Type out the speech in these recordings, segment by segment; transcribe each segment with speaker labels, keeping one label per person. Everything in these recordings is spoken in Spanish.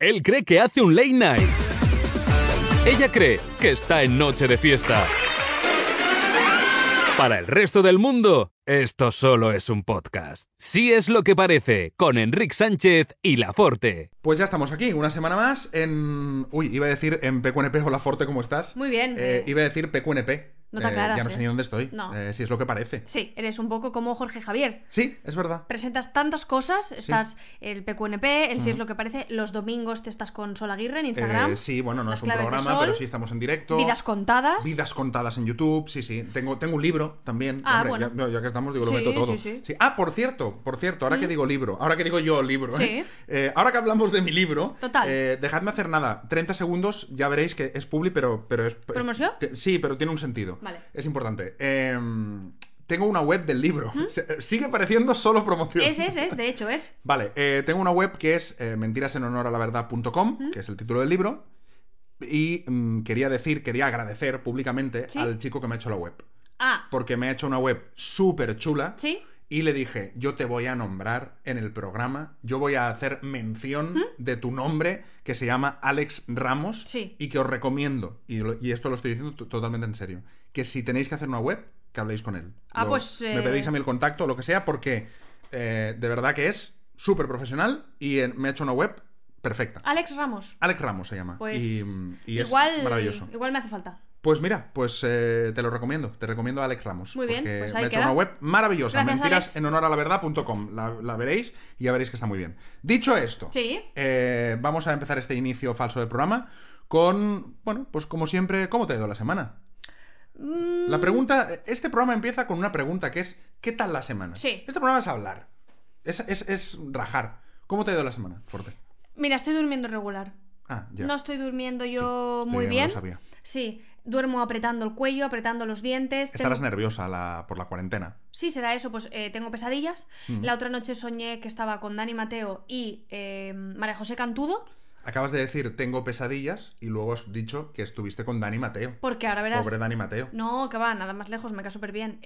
Speaker 1: Él cree que hace un late night. Ella cree que está en noche de fiesta. Para el resto del mundo, esto solo es un podcast. Sí es lo que parece, con Enrique Sánchez y La Forte.
Speaker 2: Pues ya estamos aquí, una semana más en. Uy, iba a decir en PQNP o La Forte, ¿cómo estás?
Speaker 3: Muy bien.
Speaker 2: Eh, iba a decir PQNP.
Speaker 3: No te
Speaker 2: Eh,
Speaker 3: aclaras,
Speaker 2: Ya no sé
Speaker 3: ¿eh?
Speaker 2: ni dónde estoy.
Speaker 3: No.
Speaker 2: Eh, si es lo que parece.
Speaker 3: Sí, eres un poco como Jorge Javier.
Speaker 2: Sí, es verdad.
Speaker 3: Presentas tantas cosas, estás el PQNP, el Si es lo que parece, los domingos te estás con Sol Aguirre en Instagram.
Speaker 2: Eh, sí, bueno, no
Speaker 3: Las
Speaker 2: es un
Speaker 3: claves de
Speaker 2: programa,
Speaker 3: sol,
Speaker 2: pero sí estamos en directo.
Speaker 3: Vidas contadas.
Speaker 2: Vidas contadas en YouTube, sí, sí. Tengo, tengo un libro también.
Speaker 3: Ah,
Speaker 2: Hombre,
Speaker 3: bueno.
Speaker 2: ya, ya que estamos, digo, lo
Speaker 3: Sí,
Speaker 2: meto todo.
Speaker 3: sí, sí. Mm.
Speaker 2: Ah, por cierto, por cierto, ahora que digo libro, ahora que digo yo libro,
Speaker 3: Sí.
Speaker 2: ¿eh? Eh, ahora que hablamos de mi libro,
Speaker 3: Total.
Speaker 2: eh, dejadme hacer nada. 30 segundos, ya veréis que es publi, pero, pero es.
Speaker 3: ¿Promoción?
Speaker 2: te- sí, pero tiene un sentido.
Speaker 3: Vale.
Speaker 2: Es importante. Eh, tengo una web del libro. Se- sigue pareciendo solo promoción.
Speaker 3: Es, es, es, de hecho, es.
Speaker 2: Vale, eh, tengo una web que es eh, mentirasenhonoralaverdad.com, que es el título del libro. Y mm, quería decir, quería agradecer públicamente
Speaker 3: Sí.
Speaker 2: al chico que me ha hecho la web.
Speaker 3: Ah,
Speaker 2: Porque me ha hecho una web súper chula.
Speaker 3: sí.
Speaker 2: Y le dije, yo te voy a nombrar en el programa, yo voy a hacer mención
Speaker 3: ¿Mm?
Speaker 2: de tu nombre, que se llama Alex Ramos,
Speaker 3: Sí.
Speaker 2: y que os recomiendo, y, lo- y esto lo estoy diciendo to- totalmente en serio, que si tenéis que hacer una web, que habléis con él.
Speaker 3: Ah,
Speaker 2: Lo-
Speaker 3: pues,
Speaker 2: Me
Speaker 3: eh,
Speaker 2: pedís a mí el contacto, lo que sea, porque eh, de verdad que es súper profesional y eh, me ha hecho una web perfecta.
Speaker 3: Alex Ramos.
Speaker 2: Alex Ramos se llama.
Speaker 3: Ah. Pues
Speaker 2: y, mm, y es
Speaker 3: igual,
Speaker 2: maravilloso.
Speaker 3: Igual me hace falta.
Speaker 2: Pues mira, pues eh, te lo recomiendo. Te recomiendo a Alex Ramos.
Speaker 3: Muy bien,
Speaker 2: porque
Speaker 3: pues
Speaker 2: me
Speaker 3: ahí
Speaker 2: ha hecho
Speaker 3: queda.
Speaker 2: una web maravillosa.
Speaker 3: Gracias,
Speaker 2: Mentirasenhonoralaverdad.com. La, la veréis y ya veréis que está muy bien. Dicho esto,
Speaker 3: Sí.
Speaker 2: eh, vamos a empezar este inicio falso del programa con, bueno, pues como siempre, ¿cómo te ha ido la semana?
Speaker 3: Mm.
Speaker 2: La pregunta, este programa empieza con una pregunta que es, ¿qué tal la semana?
Speaker 3: Sí.
Speaker 2: Este programa es hablar, es, es- es rajar. ¿Cómo te ha ido la semana, Forte?
Speaker 3: Mira, estoy durmiendo regular.
Speaker 2: Ah, ya.
Speaker 3: No estoy durmiendo yo
Speaker 2: Sí,
Speaker 3: muy
Speaker 2: ya me lo
Speaker 3: bien.
Speaker 2: sabía.
Speaker 3: Sí, duermo apretando el cuello, apretando los dientes. tengo-
Speaker 2: Estarás nerviosa la- por la cuarentena.
Speaker 3: Sí, será eso, pues eh, tengo pesadillas. La otra noche soñé que estaba con Dani Mateo y eh, María José Cantudo,
Speaker 2: Acabas de decir tengo pesadillas y luego has dicho que estuviste con Dani Mateo.
Speaker 3: porque ahora verás...
Speaker 2: Pobre Dani Mateo.
Speaker 3: No, que va, nada más lejos, me cae súper bien.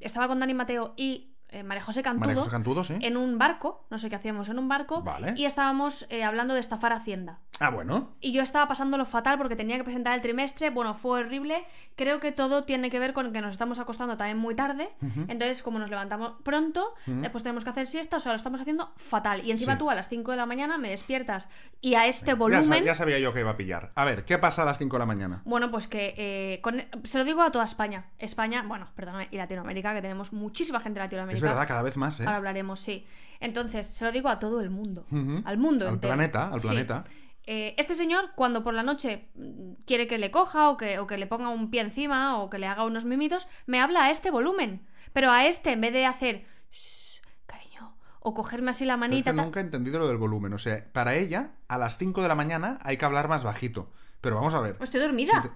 Speaker 3: estaba con Dani Mateo y eh, María José Cantudo
Speaker 2: María José Cantudo, sí.
Speaker 3: en un barco, no sé qué hacíamos, en un barco,
Speaker 2: Vale.
Speaker 3: y estábamos eh, hablando de estafar Hacienda.
Speaker 2: Ah, bueno.
Speaker 3: Y yo estaba pasándolo fatal porque tenía que presentar el trimestre. Bueno, fue horrible. Creo que todo tiene que ver con que nos estamos acostando también muy tarde. Entonces, como nos levantamos pronto, después tenemos que hacer siesta. O sea, lo estamos haciendo fatal. Y encima
Speaker 2: Sí.
Speaker 3: tú a las 5 de la mañana me despiertas y a este
Speaker 2: Ya, sa-
Speaker 3: volumen.
Speaker 2: ya sabía yo que iba a pillar. A ver, ¿qué pasa a las 5 de la mañana?
Speaker 3: Bueno, pues que eh, con- se lo digo a toda España. España, bueno, perdóname, y Latinoamérica, que tenemos muchísima gente de
Speaker 2: Es
Speaker 3: Latinoamérica.
Speaker 2: verdad, cada vez más, ¿eh?
Speaker 3: Ahora hablaremos, sí. Entonces, se lo digo a todo el mundo.
Speaker 2: Ujú.
Speaker 3: Al mundo
Speaker 2: Al
Speaker 3: entero.
Speaker 2: planeta, al
Speaker 3: Sí.
Speaker 2: planeta.
Speaker 3: Eh, este señor, cuando por la noche mm, quiere que le coja o que, o que le ponga un pie encima o que le haga unos mimitos, me habla a este volumen. Pero a este, en vez de hacer, "Shh, cariño, o cogerme así la
Speaker 2: Pero es que
Speaker 3: manita. tal-
Speaker 2: nunca he entendido lo del volumen. O sea, para ella, a las 5 de la mañana hay que hablar más bajito. Pero vamos a ver.
Speaker 3: "Oh, Estoy
Speaker 2: si
Speaker 3: dormida.
Speaker 2: te-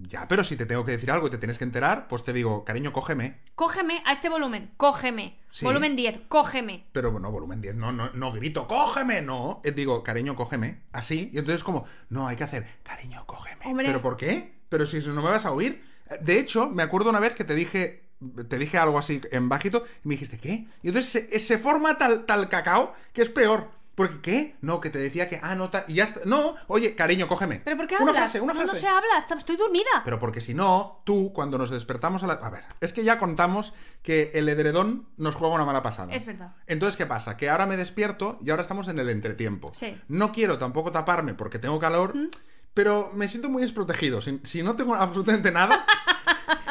Speaker 2: Ya, pero si te tengo que decir algo y te tienes que enterar, pues te digo, cariño, cógeme.
Speaker 3: Cógeme a este volumen, cógeme.
Speaker 2: Sí.
Speaker 3: Volumen 10, cógeme.
Speaker 2: Pero bueno, volumen 10, no, no, no grito, cógeme, no. Eh, Digo, cariño, cógeme, así. Y entonces como, no, hay que hacer, cariño, cógeme.
Speaker 3: Hombre.
Speaker 2: ¿Pero por qué? Pero si no me vas a oír. Eh, De hecho, me acuerdo una vez que te dije, te dije algo así en bajito y me dijiste, ¿qué? Y entonces se, se forma tal, tal cacao que es peor. Porque, ¿qué? No, que te decía que, ah, no, ta- y ya está. No, oye, cariño, cógeme.
Speaker 3: ¿Pero por qué
Speaker 2: Una
Speaker 3: hablas?
Speaker 2: frase, una
Speaker 3: No,
Speaker 2: frase.
Speaker 3: No, se habla, está- estoy dormida.
Speaker 2: Pero porque si no, tú, cuando nos despertamos a la... A ver, es que ya contamos que el edredón nos juega una mala pasada.
Speaker 3: Es verdad.
Speaker 2: Entonces, ¿qué pasa? Que ahora me despierto y ahora estamos en el entretiempo.
Speaker 3: Sí. Mm.
Speaker 2: No quiero tampoco taparme porque tengo calor, pero me siento muy desprotegido. Si, si no tengo absolutamente nada,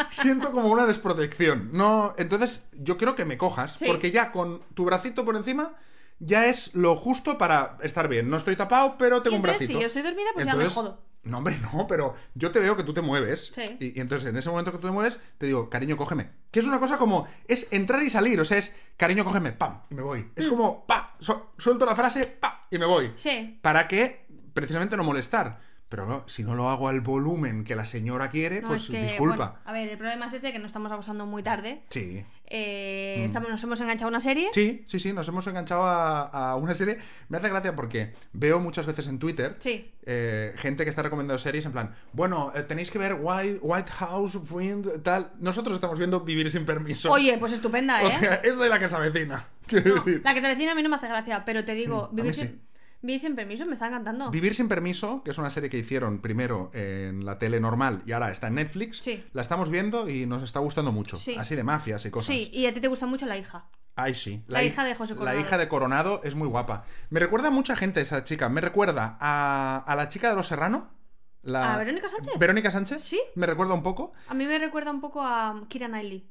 Speaker 2: siento como una desprotección. No, entonces yo quiero que me cojas,
Speaker 3: Sí.
Speaker 2: porque ya con tu bracito por encima... Ya es lo justo para estar bien. No estoy tapado, pero tengo un
Speaker 3: entonces,
Speaker 2: bracito.
Speaker 3: si yo estoy dormida, pues ya me jodo.
Speaker 2: No, hombre, no, pero yo te veo que tú te mueves.
Speaker 3: Sí.
Speaker 2: Y, y entonces en ese momento que tú te mueves, te digo, cariño, cógeme. Que es una cosa como, es entrar y salir, o sea, es, cariño, cógeme, pam, y me voy. Es como, pa, su- suelto la frase, pa, y me voy.
Speaker 3: Mm. Sí.
Speaker 2: ¿Para qué? Precisamente no molestar. Pero no, si no lo hago al volumen que la señora quiere,
Speaker 3: No,
Speaker 2: pues
Speaker 3: es que, bueno,
Speaker 2: disculpa.
Speaker 3: a ver, el problema es ese que nos estamos acostando muy tarde.
Speaker 2: Sí.
Speaker 3: Eh, estamos, nos hemos enganchado a una serie.
Speaker 2: Mm. Sí, sí, sí, nos hemos enganchado a, a una serie. Me hace gracia porque veo muchas veces en Twitter
Speaker 3: Sí.
Speaker 2: eh, gente que está recomendando series en plan, bueno, eh, tenéis que ver White, White House, Wind, tal. Nosotros estamos viendo Vivir sin permiso.
Speaker 3: Oye, pues estupenda, ¿eh?
Speaker 2: O sea, es de la que se avecina. Quiero
Speaker 3: No,
Speaker 2: decir.
Speaker 3: la que se avecina a mí no me hace gracia, pero te digo,
Speaker 2: a mí
Speaker 3: vivir
Speaker 2: sí.
Speaker 3: sin- Vi sin permiso, me está encantando.
Speaker 2: Vivir sin permiso, que es una serie que hicieron primero en la tele normal y ahora está en Netflix,
Speaker 3: Sí.
Speaker 2: la estamos viendo y nos está gustando mucho.
Speaker 3: Sí.
Speaker 2: Así de mafias y cosas.
Speaker 3: Sí, y a ti te gusta mucho la hija.
Speaker 2: Ay, sí.
Speaker 3: La
Speaker 2: hi-
Speaker 3: hija de José Coronado.
Speaker 2: La hija de Coronado es muy guapa. Me recuerda a mucha gente esa chica. Me recuerda a, a la chica de Los Serrano. La...
Speaker 3: ¿A Verónica Sánchez?
Speaker 2: ¿Verónica Sánchez?
Speaker 3: Sí.
Speaker 2: Me recuerda un poco.
Speaker 3: A mí me recuerda un poco a Kira Knightley.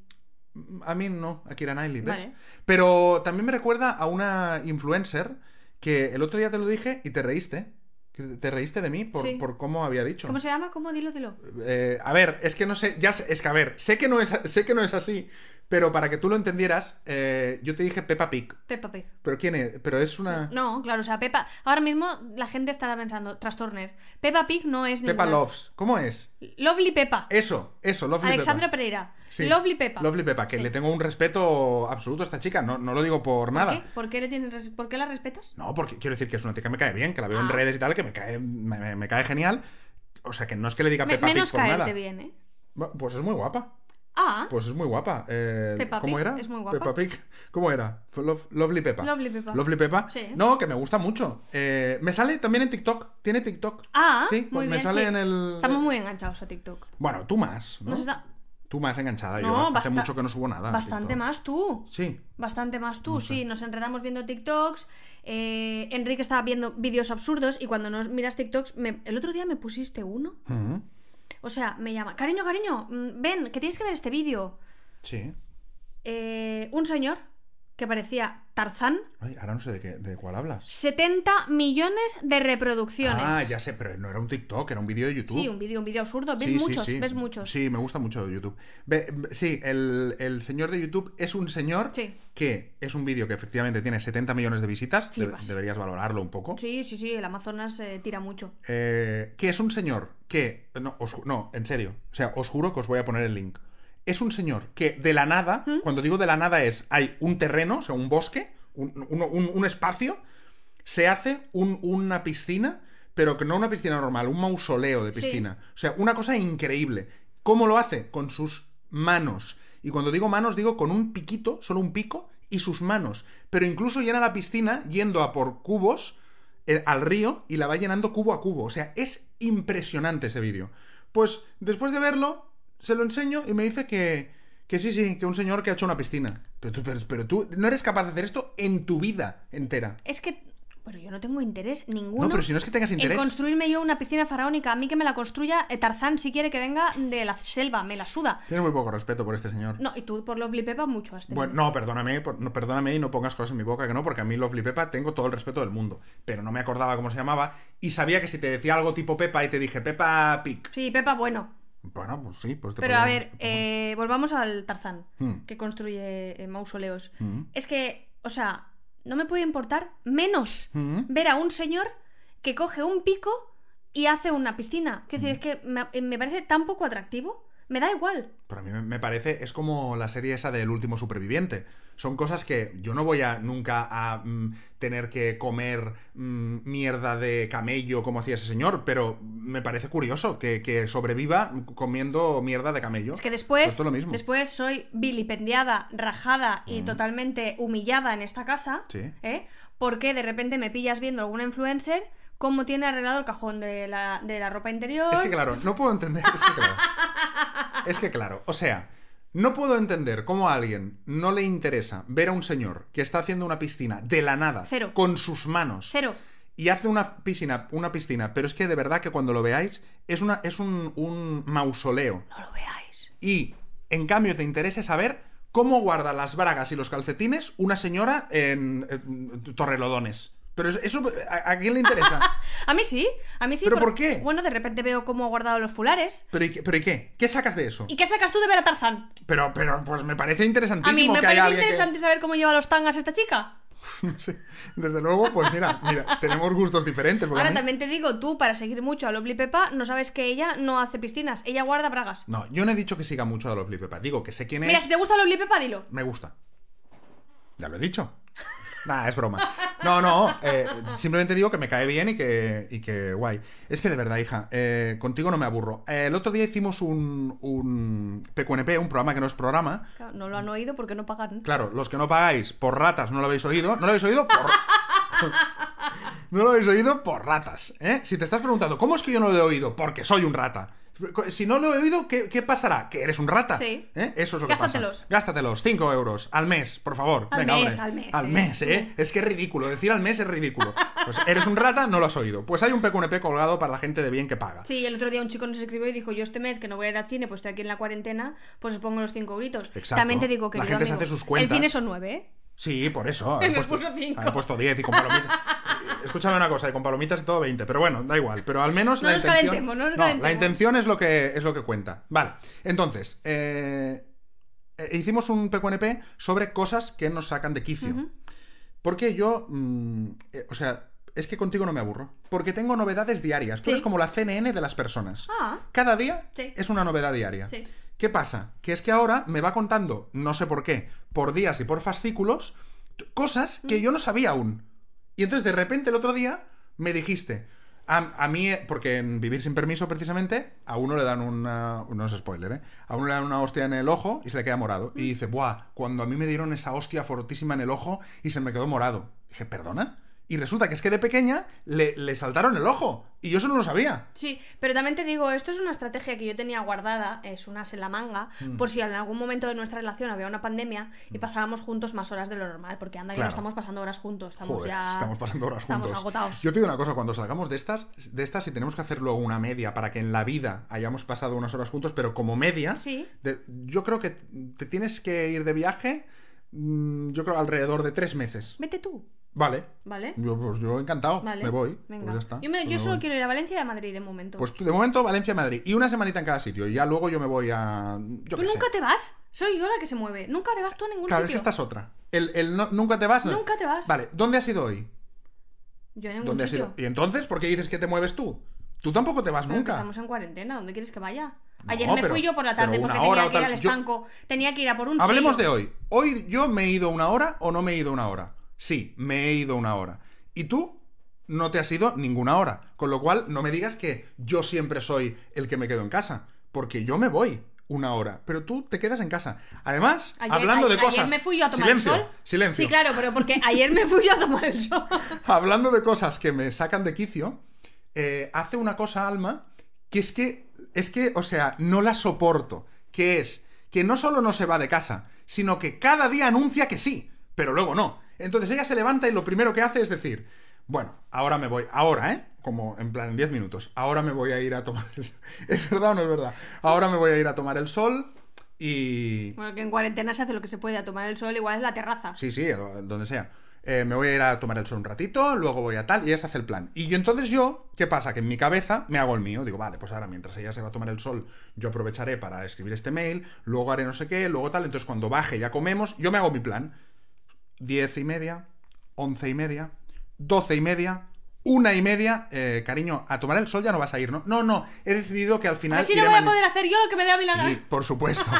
Speaker 2: A mí no, a Kira Knightley, ¿ves?
Speaker 3: Vale.
Speaker 2: Pero también me recuerda a una influencer que el otro día te lo dije y te reíste. Que Te reíste de mí por,
Speaker 3: Sí.
Speaker 2: por cómo había dicho.
Speaker 3: ¿Cómo se llama? ¿Cómo? Dilo, dilo.
Speaker 2: Eh, a ver, es que no sé, ya sé- es que a ver, sé que no es, sé que no es así, pero para que tú lo entendieras, eh, yo te dije Peppa Pig.
Speaker 3: Peppa Pig.
Speaker 2: Pero quién es, pero es una
Speaker 3: No, claro, o sea, Peppa... Ahora mismo la gente estará pensando, Trastorner. Peppa Pig no es
Speaker 2: Peppa
Speaker 3: ninguna-
Speaker 2: Loves. ¿Cómo es?
Speaker 3: Lovely Peppa.
Speaker 2: Eso, eso, Lovely
Speaker 3: Alexandra
Speaker 2: Peppa.
Speaker 3: Pereira.
Speaker 2: Sí.
Speaker 3: Lovely Peppa.
Speaker 2: Lovely Peppa, que
Speaker 3: Sí.
Speaker 2: le tengo un respeto absoluto a esta chica, no, no lo digo por nada.
Speaker 3: ¿Qué? ¿Por qué, le tienes res- ¿Por qué la respetas?
Speaker 2: No, porque quiero decir que es una tía que me cae bien, que la veo en
Speaker 3: Ah.
Speaker 2: redes y tal, que me cae, me, me- me cae genial. O sea, que no es que le diga
Speaker 3: Me-
Speaker 2: Peppa Pig
Speaker 3: menos
Speaker 2: por
Speaker 3: caerte
Speaker 2: nada.
Speaker 3: bien, ¿eh?
Speaker 2: Bueno, Pues es muy guapa.
Speaker 3: Ah,
Speaker 2: Pues es muy guapa. Eh,
Speaker 3: Peppa
Speaker 2: ¿Cómo
Speaker 3: Pig
Speaker 2: era?
Speaker 3: es muy guapa.
Speaker 2: Peppa Pig. ¿Cómo era? Fue Lov- Lovely Peppa.
Speaker 3: Lovely Peppa.
Speaker 2: Lovely Peppa.
Speaker 3: Sí.
Speaker 2: No, que me gusta mucho. Eh, me sale también en TikTok. Tiene TikTok.
Speaker 3: ah,
Speaker 2: Sí,
Speaker 3: muy
Speaker 2: pues me
Speaker 3: bien,
Speaker 2: sale
Speaker 3: sí.
Speaker 2: en el.
Speaker 3: Estamos muy enganchados a TikTok.
Speaker 2: Bueno, tú más. ¿no?
Speaker 3: Nos está-
Speaker 2: Tú más enganchada.
Speaker 3: No,
Speaker 2: yo hace
Speaker 3: basta-
Speaker 2: mucho que no subo nada. a
Speaker 3: Bastante
Speaker 2: Ah, TikTok.
Speaker 3: más tú.
Speaker 2: Sí.
Speaker 3: Bastante más tú, sí. Nos enredamos viendo TikToks. eh, Enrique estaba viendo vídeos absurdos y cuando nos miras TikToks, me- el otro día me pusiste uno.
Speaker 2: Ujú.
Speaker 3: O sea, me llama, cariño, cariño, mm, ven, que tienes que ver este vídeo.
Speaker 2: Sí.
Speaker 3: Eh, un señor que parecía Tarzán,
Speaker 2: Ay, ahora no sé de, qué, de cuál hablas.
Speaker 3: 70 millones de reproducciones.
Speaker 2: Ah, ya sé, pero no era un TikTok, era un vídeo de YouTube.
Speaker 3: Sí, un vídeo, un vídeo absurdo. Ves
Speaker 2: Sí, sí,
Speaker 3: muchos,
Speaker 2: sí.
Speaker 3: ves muchos.
Speaker 2: Sí, me gusta mucho YouTube. Ve- ve- sí, el, el señor de YouTube es un señor
Speaker 3: Sí.
Speaker 2: que es un vídeo que efectivamente tiene 70 millones de visitas. de-
Speaker 3: Flipas.
Speaker 2: deberías valorarlo un poco.
Speaker 3: Sí, sí, sí, el Amazonas eh, tira mucho.
Speaker 2: Eh, que es un señor que... No, os ju- no, en serio. O sea, os juro que os voy a poner el link. Es un señor que de la nada, cuando digo de la nada es, hay un terreno, o sea, un bosque, un, un- un- un espacio, se hace un- una piscina, pero que no una piscina normal, un mausoleo de piscina. O sea, una cosa increíble. ¿Cómo lo hace? Con sus manos. Y cuando digo manos, digo con un piquito, solo un pico, y sus manos. Pero incluso llena la piscina yendo a por cubos eh, al río y la va llenando cubo a cubo. O sea, es impresionante ese vídeo. Pues después de verlo, se lo enseño y me dice que, que sí, sí, que un señor que ha hecho una piscina. Pero tú, pero, pero tú no eres capaz de hacer esto en tu vida entera.
Speaker 3: Es que. Pero yo no tengo interés ninguno.
Speaker 2: no, pero si no es que tengas
Speaker 3: En
Speaker 2: interés.
Speaker 3: construirme yo una piscina faraónica, a mí que me la construya eh, Tarzán si quiere que venga de la selva, me la suda.
Speaker 2: Tienes muy poco respeto por este señor.
Speaker 3: No, y tú por lo blipepa mucho has tenido.
Speaker 2: Bueno, no, perdóname, por- no, perdóname y no pongas cosas en mi boca que no, porque a mí Lovely Pepa tengo todo el respeto del mundo. Pero no me acordaba cómo se llamaba y sabía que si te decía algo tipo Pepa y te dije Pepa Pic.
Speaker 3: Sí, Pepa, bueno.
Speaker 2: Bueno, pues sí, pues te
Speaker 3: Pero a
Speaker 2: podía-
Speaker 3: ver, eh, volvamos al Tarzán,
Speaker 2: Hmm.
Speaker 3: que construye eh, mausoleos.
Speaker 2: Mm.
Speaker 3: Es que, o sea, no me puede importar menos
Speaker 2: Mm.
Speaker 3: ver a un señor que coge un pico y hace una piscina. Quiero
Speaker 2: Hmm.
Speaker 3: decir, es que me, eh, me parece tan poco atractivo. Me da igual.
Speaker 2: Pero a mí me- me parece, es como la serie esa del último superviviente. Son cosas que yo no voy a nunca a mm, tener que comer mm, mierda de camello como hacía ese señor, pero me parece curioso que, que sobreviva comiendo mierda de camello.
Speaker 3: Es que después,
Speaker 2: Pues esto es lo mismo.
Speaker 3: después soy vilipendiada, rajada y totalmente humillada en esta casa.
Speaker 2: Sí.
Speaker 3: ¿eh? Porque de repente me pillas viendo alguna influencer cómo tiene arreglado el cajón de la, de la ropa interior.
Speaker 2: Es que claro, no puedo entender. Es que claro. Es que claro, o sea, no puedo entender cómo a alguien no le interesa ver a un señor que está haciendo una piscina de la nada
Speaker 3: Cero.
Speaker 2: con sus manos.
Speaker 3: Cero.
Speaker 2: Y hace una piscina, una piscina, pero es que de verdad que cuando lo veáis es, una, es un, un mausoleo.
Speaker 3: No lo veáis.
Speaker 2: Y en cambio te interesa saber cómo guarda las bragas y los calcetines una señora en, en Torrelodones. Pero eso- eso, ¿a, a quién le interesa?
Speaker 3: A mí sí, a mí sí.
Speaker 2: ¿Pero
Speaker 3: por-
Speaker 2: por qué?
Speaker 3: Bueno, de repente veo cómo ha guardado los fulares.
Speaker 2: ¿Pero y, qué- pero y qué? ¿Qué sacas de eso?
Speaker 3: ¿Y qué sacas tú de ver a Tarzán?
Speaker 2: Pero, pero, pues me parece
Speaker 3: A mí
Speaker 2: interesantísimo
Speaker 3: me
Speaker 2: que haya
Speaker 3: parece
Speaker 2: alguien
Speaker 3: interesante
Speaker 2: que...
Speaker 3: saber cómo lleva los tangas esta chica.
Speaker 2: Sí, Desde luego, pues mira, mira, tenemos gustos diferentes. porque Pues a
Speaker 3: Ahora
Speaker 2: mí-
Speaker 3: también te digo, tú para seguir mucho a Lovely Pepa, no sabes que ella no hace piscinas, ella guarda bragas.
Speaker 2: No, yo no he dicho que siga mucho a los Pepa. Digo que sé quién es,
Speaker 3: Mira, si te gusta Lovely Pepa, dilo.
Speaker 2: me gusta. Ya lo he dicho. Nada, es broma. No, no, eh, simplemente digo que me cae bien y que, y que guay. Es que de verdad, hija, eh, contigo no me aburro. Eh, el otro día hicimos un, un PQNP, un programa que no es programa,
Speaker 3: Claro, no lo han oído porque no pagan.
Speaker 2: Claro, los que no pagáis por ratas no lo habéis oído. No lo habéis oído por. No lo habéis oído por ratas, ¿eh? Si te estás preguntando, ¿cómo es que yo no lo he oído? Porque soy un rata. Si no lo he oído, ¿qué, qué pasará? Que eres un rata.
Speaker 3: Sí.
Speaker 2: ¿eh? Eso es lo que
Speaker 3: Gástatelos.
Speaker 2: pasa. Gástatelos. 5 euros al mes, por favor.
Speaker 3: Al
Speaker 2: Venga,
Speaker 3: mes,
Speaker 2: hombre.
Speaker 3: al mes,
Speaker 2: Al
Speaker 3: ¿eh?
Speaker 2: mes, ¿eh? Es que es ridículo. Decir al mes es ridículo. Pues eres un rata, no lo has oído. Pues hay un PQNP colgado para la gente de bien que paga.
Speaker 3: Sí, el otro día un chico nos escribió y dijo, yo este mes que no voy a ir al cine, pues estoy aquí en la cuarentena, pues os pongo los cinco gritos.
Speaker 2: Exacto.
Speaker 3: También te digo que
Speaker 2: La
Speaker 3: querido
Speaker 2: gente se
Speaker 3: amigo,
Speaker 2: hace sus cuentas.
Speaker 3: El cine son nueve, ¿eh?
Speaker 2: Sí, por eso.
Speaker 3: Les
Speaker 2: Han puesto,
Speaker 3: puso cinco.
Speaker 2: han puesto 10 y con palomitas. Escúchame una cosa, y con palomitas y todo 20, pero bueno, da igual. Pero al menos
Speaker 3: No
Speaker 2: la
Speaker 3: nos
Speaker 2: intención.
Speaker 3: calentemos, no nos
Speaker 2: la
Speaker 3: calentemos.
Speaker 2: intención es lo que, es lo que cuenta. Vale. Entonces, eh, eh, hicimos un PQNP sobre cosas que nos sacan de quicio. Porque yo. mm, eh, o sea, es que contigo no me aburro. Porque tengo novedades diarias. Tú
Speaker 3: Sí.
Speaker 2: eres como la CNN de las personas.
Speaker 3: Ah.
Speaker 2: Cada día
Speaker 3: Sí.
Speaker 2: es una novedad diaria.
Speaker 3: Sí.
Speaker 2: ¿Qué pasa? Que es que ahora me va contando, no sé por qué, por días y por fascículos, t- cosas que yo no sabía aún. Y entonces de repente el otro día me dijiste, a, a mí, eh, porque en Vivir sin permiso precisamente, a uno le dan una... No es spoiler, ¿eh? A uno le dan una hostia en el ojo y se le queda morado. Y dice, buah, cuando a mí me dieron esa hostia fortísima en el ojo y se me quedó morado. Dije, perdona. Y resulta que es que de pequeña le, le saltaron el ojo. Y yo eso no lo sabía.
Speaker 3: Sí, pero también te digo, esto es una estrategia que yo tenía guardada, es una en la manga,
Speaker 2: Mm.
Speaker 3: por si en algún momento de nuestra relación había una pandemia y pasábamos juntos más horas de lo normal, porque anda que
Speaker 2: Claro.
Speaker 3: no estamos pasando horas juntos, estamos
Speaker 2: Joder,
Speaker 3: ya...
Speaker 2: estamos pasando horas
Speaker 3: estamos
Speaker 2: juntos.
Speaker 3: agotados.
Speaker 2: Yo te digo una cosa, cuando salgamos de estas, de estas, si tenemos que hacer luego una media para que en la vida hayamos pasado unas horas juntos, pero como media,
Speaker 3: Sí.
Speaker 2: de- yo creo que te tienes que ir de viaje, mm, yo creo alrededor de tres meses.
Speaker 3: Vete tú,
Speaker 2: Vale.
Speaker 3: ¿vale?
Speaker 2: Yo, pues yo encantado.
Speaker 3: Vale.
Speaker 2: Me voy.
Speaker 3: Venga.
Speaker 2: Pues ya está.
Speaker 3: Yo, me-
Speaker 2: Pues
Speaker 3: yo
Speaker 2: me
Speaker 3: solo
Speaker 2: voy.
Speaker 3: quiero ir a Valencia y a Madrid de momento.
Speaker 2: Pues tú, de momento, Valencia, Madrid. Y una semanita en cada sitio. Y ya luego yo me voy a. Yo
Speaker 3: tú
Speaker 2: qué sé.
Speaker 3: nunca te vas, soy yo la que se mueve, nunca te vas tú a ningún
Speaker 2: Claro, es que esta
Speaker 3: sitio.
Speaker 2: es otra. El, el no- nunca te vas. no.
Speaker 3: Nunca te vas.
Speaker 2: Vale, ¿dónde has ido hoy?
Speaker 3: Yo a ningún
Speaker 2: ¿Dónde has
Speaker 3: sitio.
Speaker 2: ido? ¿Y entonces por qué dices que te mueves tú? Tú tampoco te vas
Speaker 3: Pero que
Speaker 2: nunca.
Speaker 3: Estamos en cuarentena, ¿dónde quieres que vaya?
Speaker 2: No,
Speaker 3: Ayer me
Speaker 2: pero-
Speaker 3: fui yo por la
Speaker 2: pero
Speaker 3: tarde
Speaker 2: una
Speaker 3: porque
Speaker 2: hora
Speaker 3: tenía
Speaker 2: o
Speaker 3: que ir
Speaker 2: tal.
Speaker 3: al
Speaker 2: Yo-
Speaker 3: estanco, tenía que ir a por un
Speaker 2: Hablemos
Speaker 3: sello.
Speaker 2: de hoy. Hoy yo me he ido una hora o no me he ido una hora. Sí, me he ido una hora. Y tú no te has ido ninguna hora. Con lo cual, no me digas que yo siempre soy el que me quedo en casa. Porque yo me voy una hora. Pero tú te quedas en casa. Además,
Speaker 3: Ayer-
Speaker 2: hablando de
Speaker 3: ayer-
Speaker 2: cosas.
Speaker 3: Ayer me fui yo a tomar
Speaker 2: silencio,
Speaker 3: el sol.
Speaker 2: Silencio.
Speaker 3: Sí, claro, pero porque ayer me fui yo a tomar el sol.
Speaker 2: hablando de cosas que me sacan de quicio, eh, hace una cosa Alma que es que, es que, o sea, no la soporto. Que es que no solo no se va de casa, sino que cada día anuncia que sí, pero luego no. Entonces ella se levanta y lo primero que hace es decir, bueno, ahora me voy, ahora, ¿eh? Como en plan en 10 minutos, ahora me voy a ir a tomar el sol. ¿Es verdad o no es verdad? Ahora me voy a ir a tomar el sol y...
Speaker 3: Bueno, que en cuarentena se hace lo que se puede, a tomar el sol, igual es la terraza.
Speaker 2: Sí, sí, a- donde sea. Eh, me voy a ir a tomar el sol un ratito, luego voy a tal, y ella se hace el plan. Y yo, entonces yo, ¿qué pasa? Que en mi cabeza me hago el mío. Digo, vale, pues ahora mientras ella se va a tomar el sol, yo aprovecharé para escribir este mail, luego haré no sé qué, luego tal. Entonces cuando baje ya comemos, yo me hago mi plan. Diez y media, once y media, doce y media, una y media. Eh, cariño, a tomar el sol ya no vas a ir, ¿no? No, no, he decidido que al
Speaker 3: a
Speaker 2: final...
Speaker 3: ver si
Speaker 2: iré
Speaker 3: no voy a
Speaker 2: maña-
Speaker 3: poder hacer yo lo que me dé a mi la
Speaker 2: Sí,
Speaker 3: gana.
Speaker 2: por supuesto.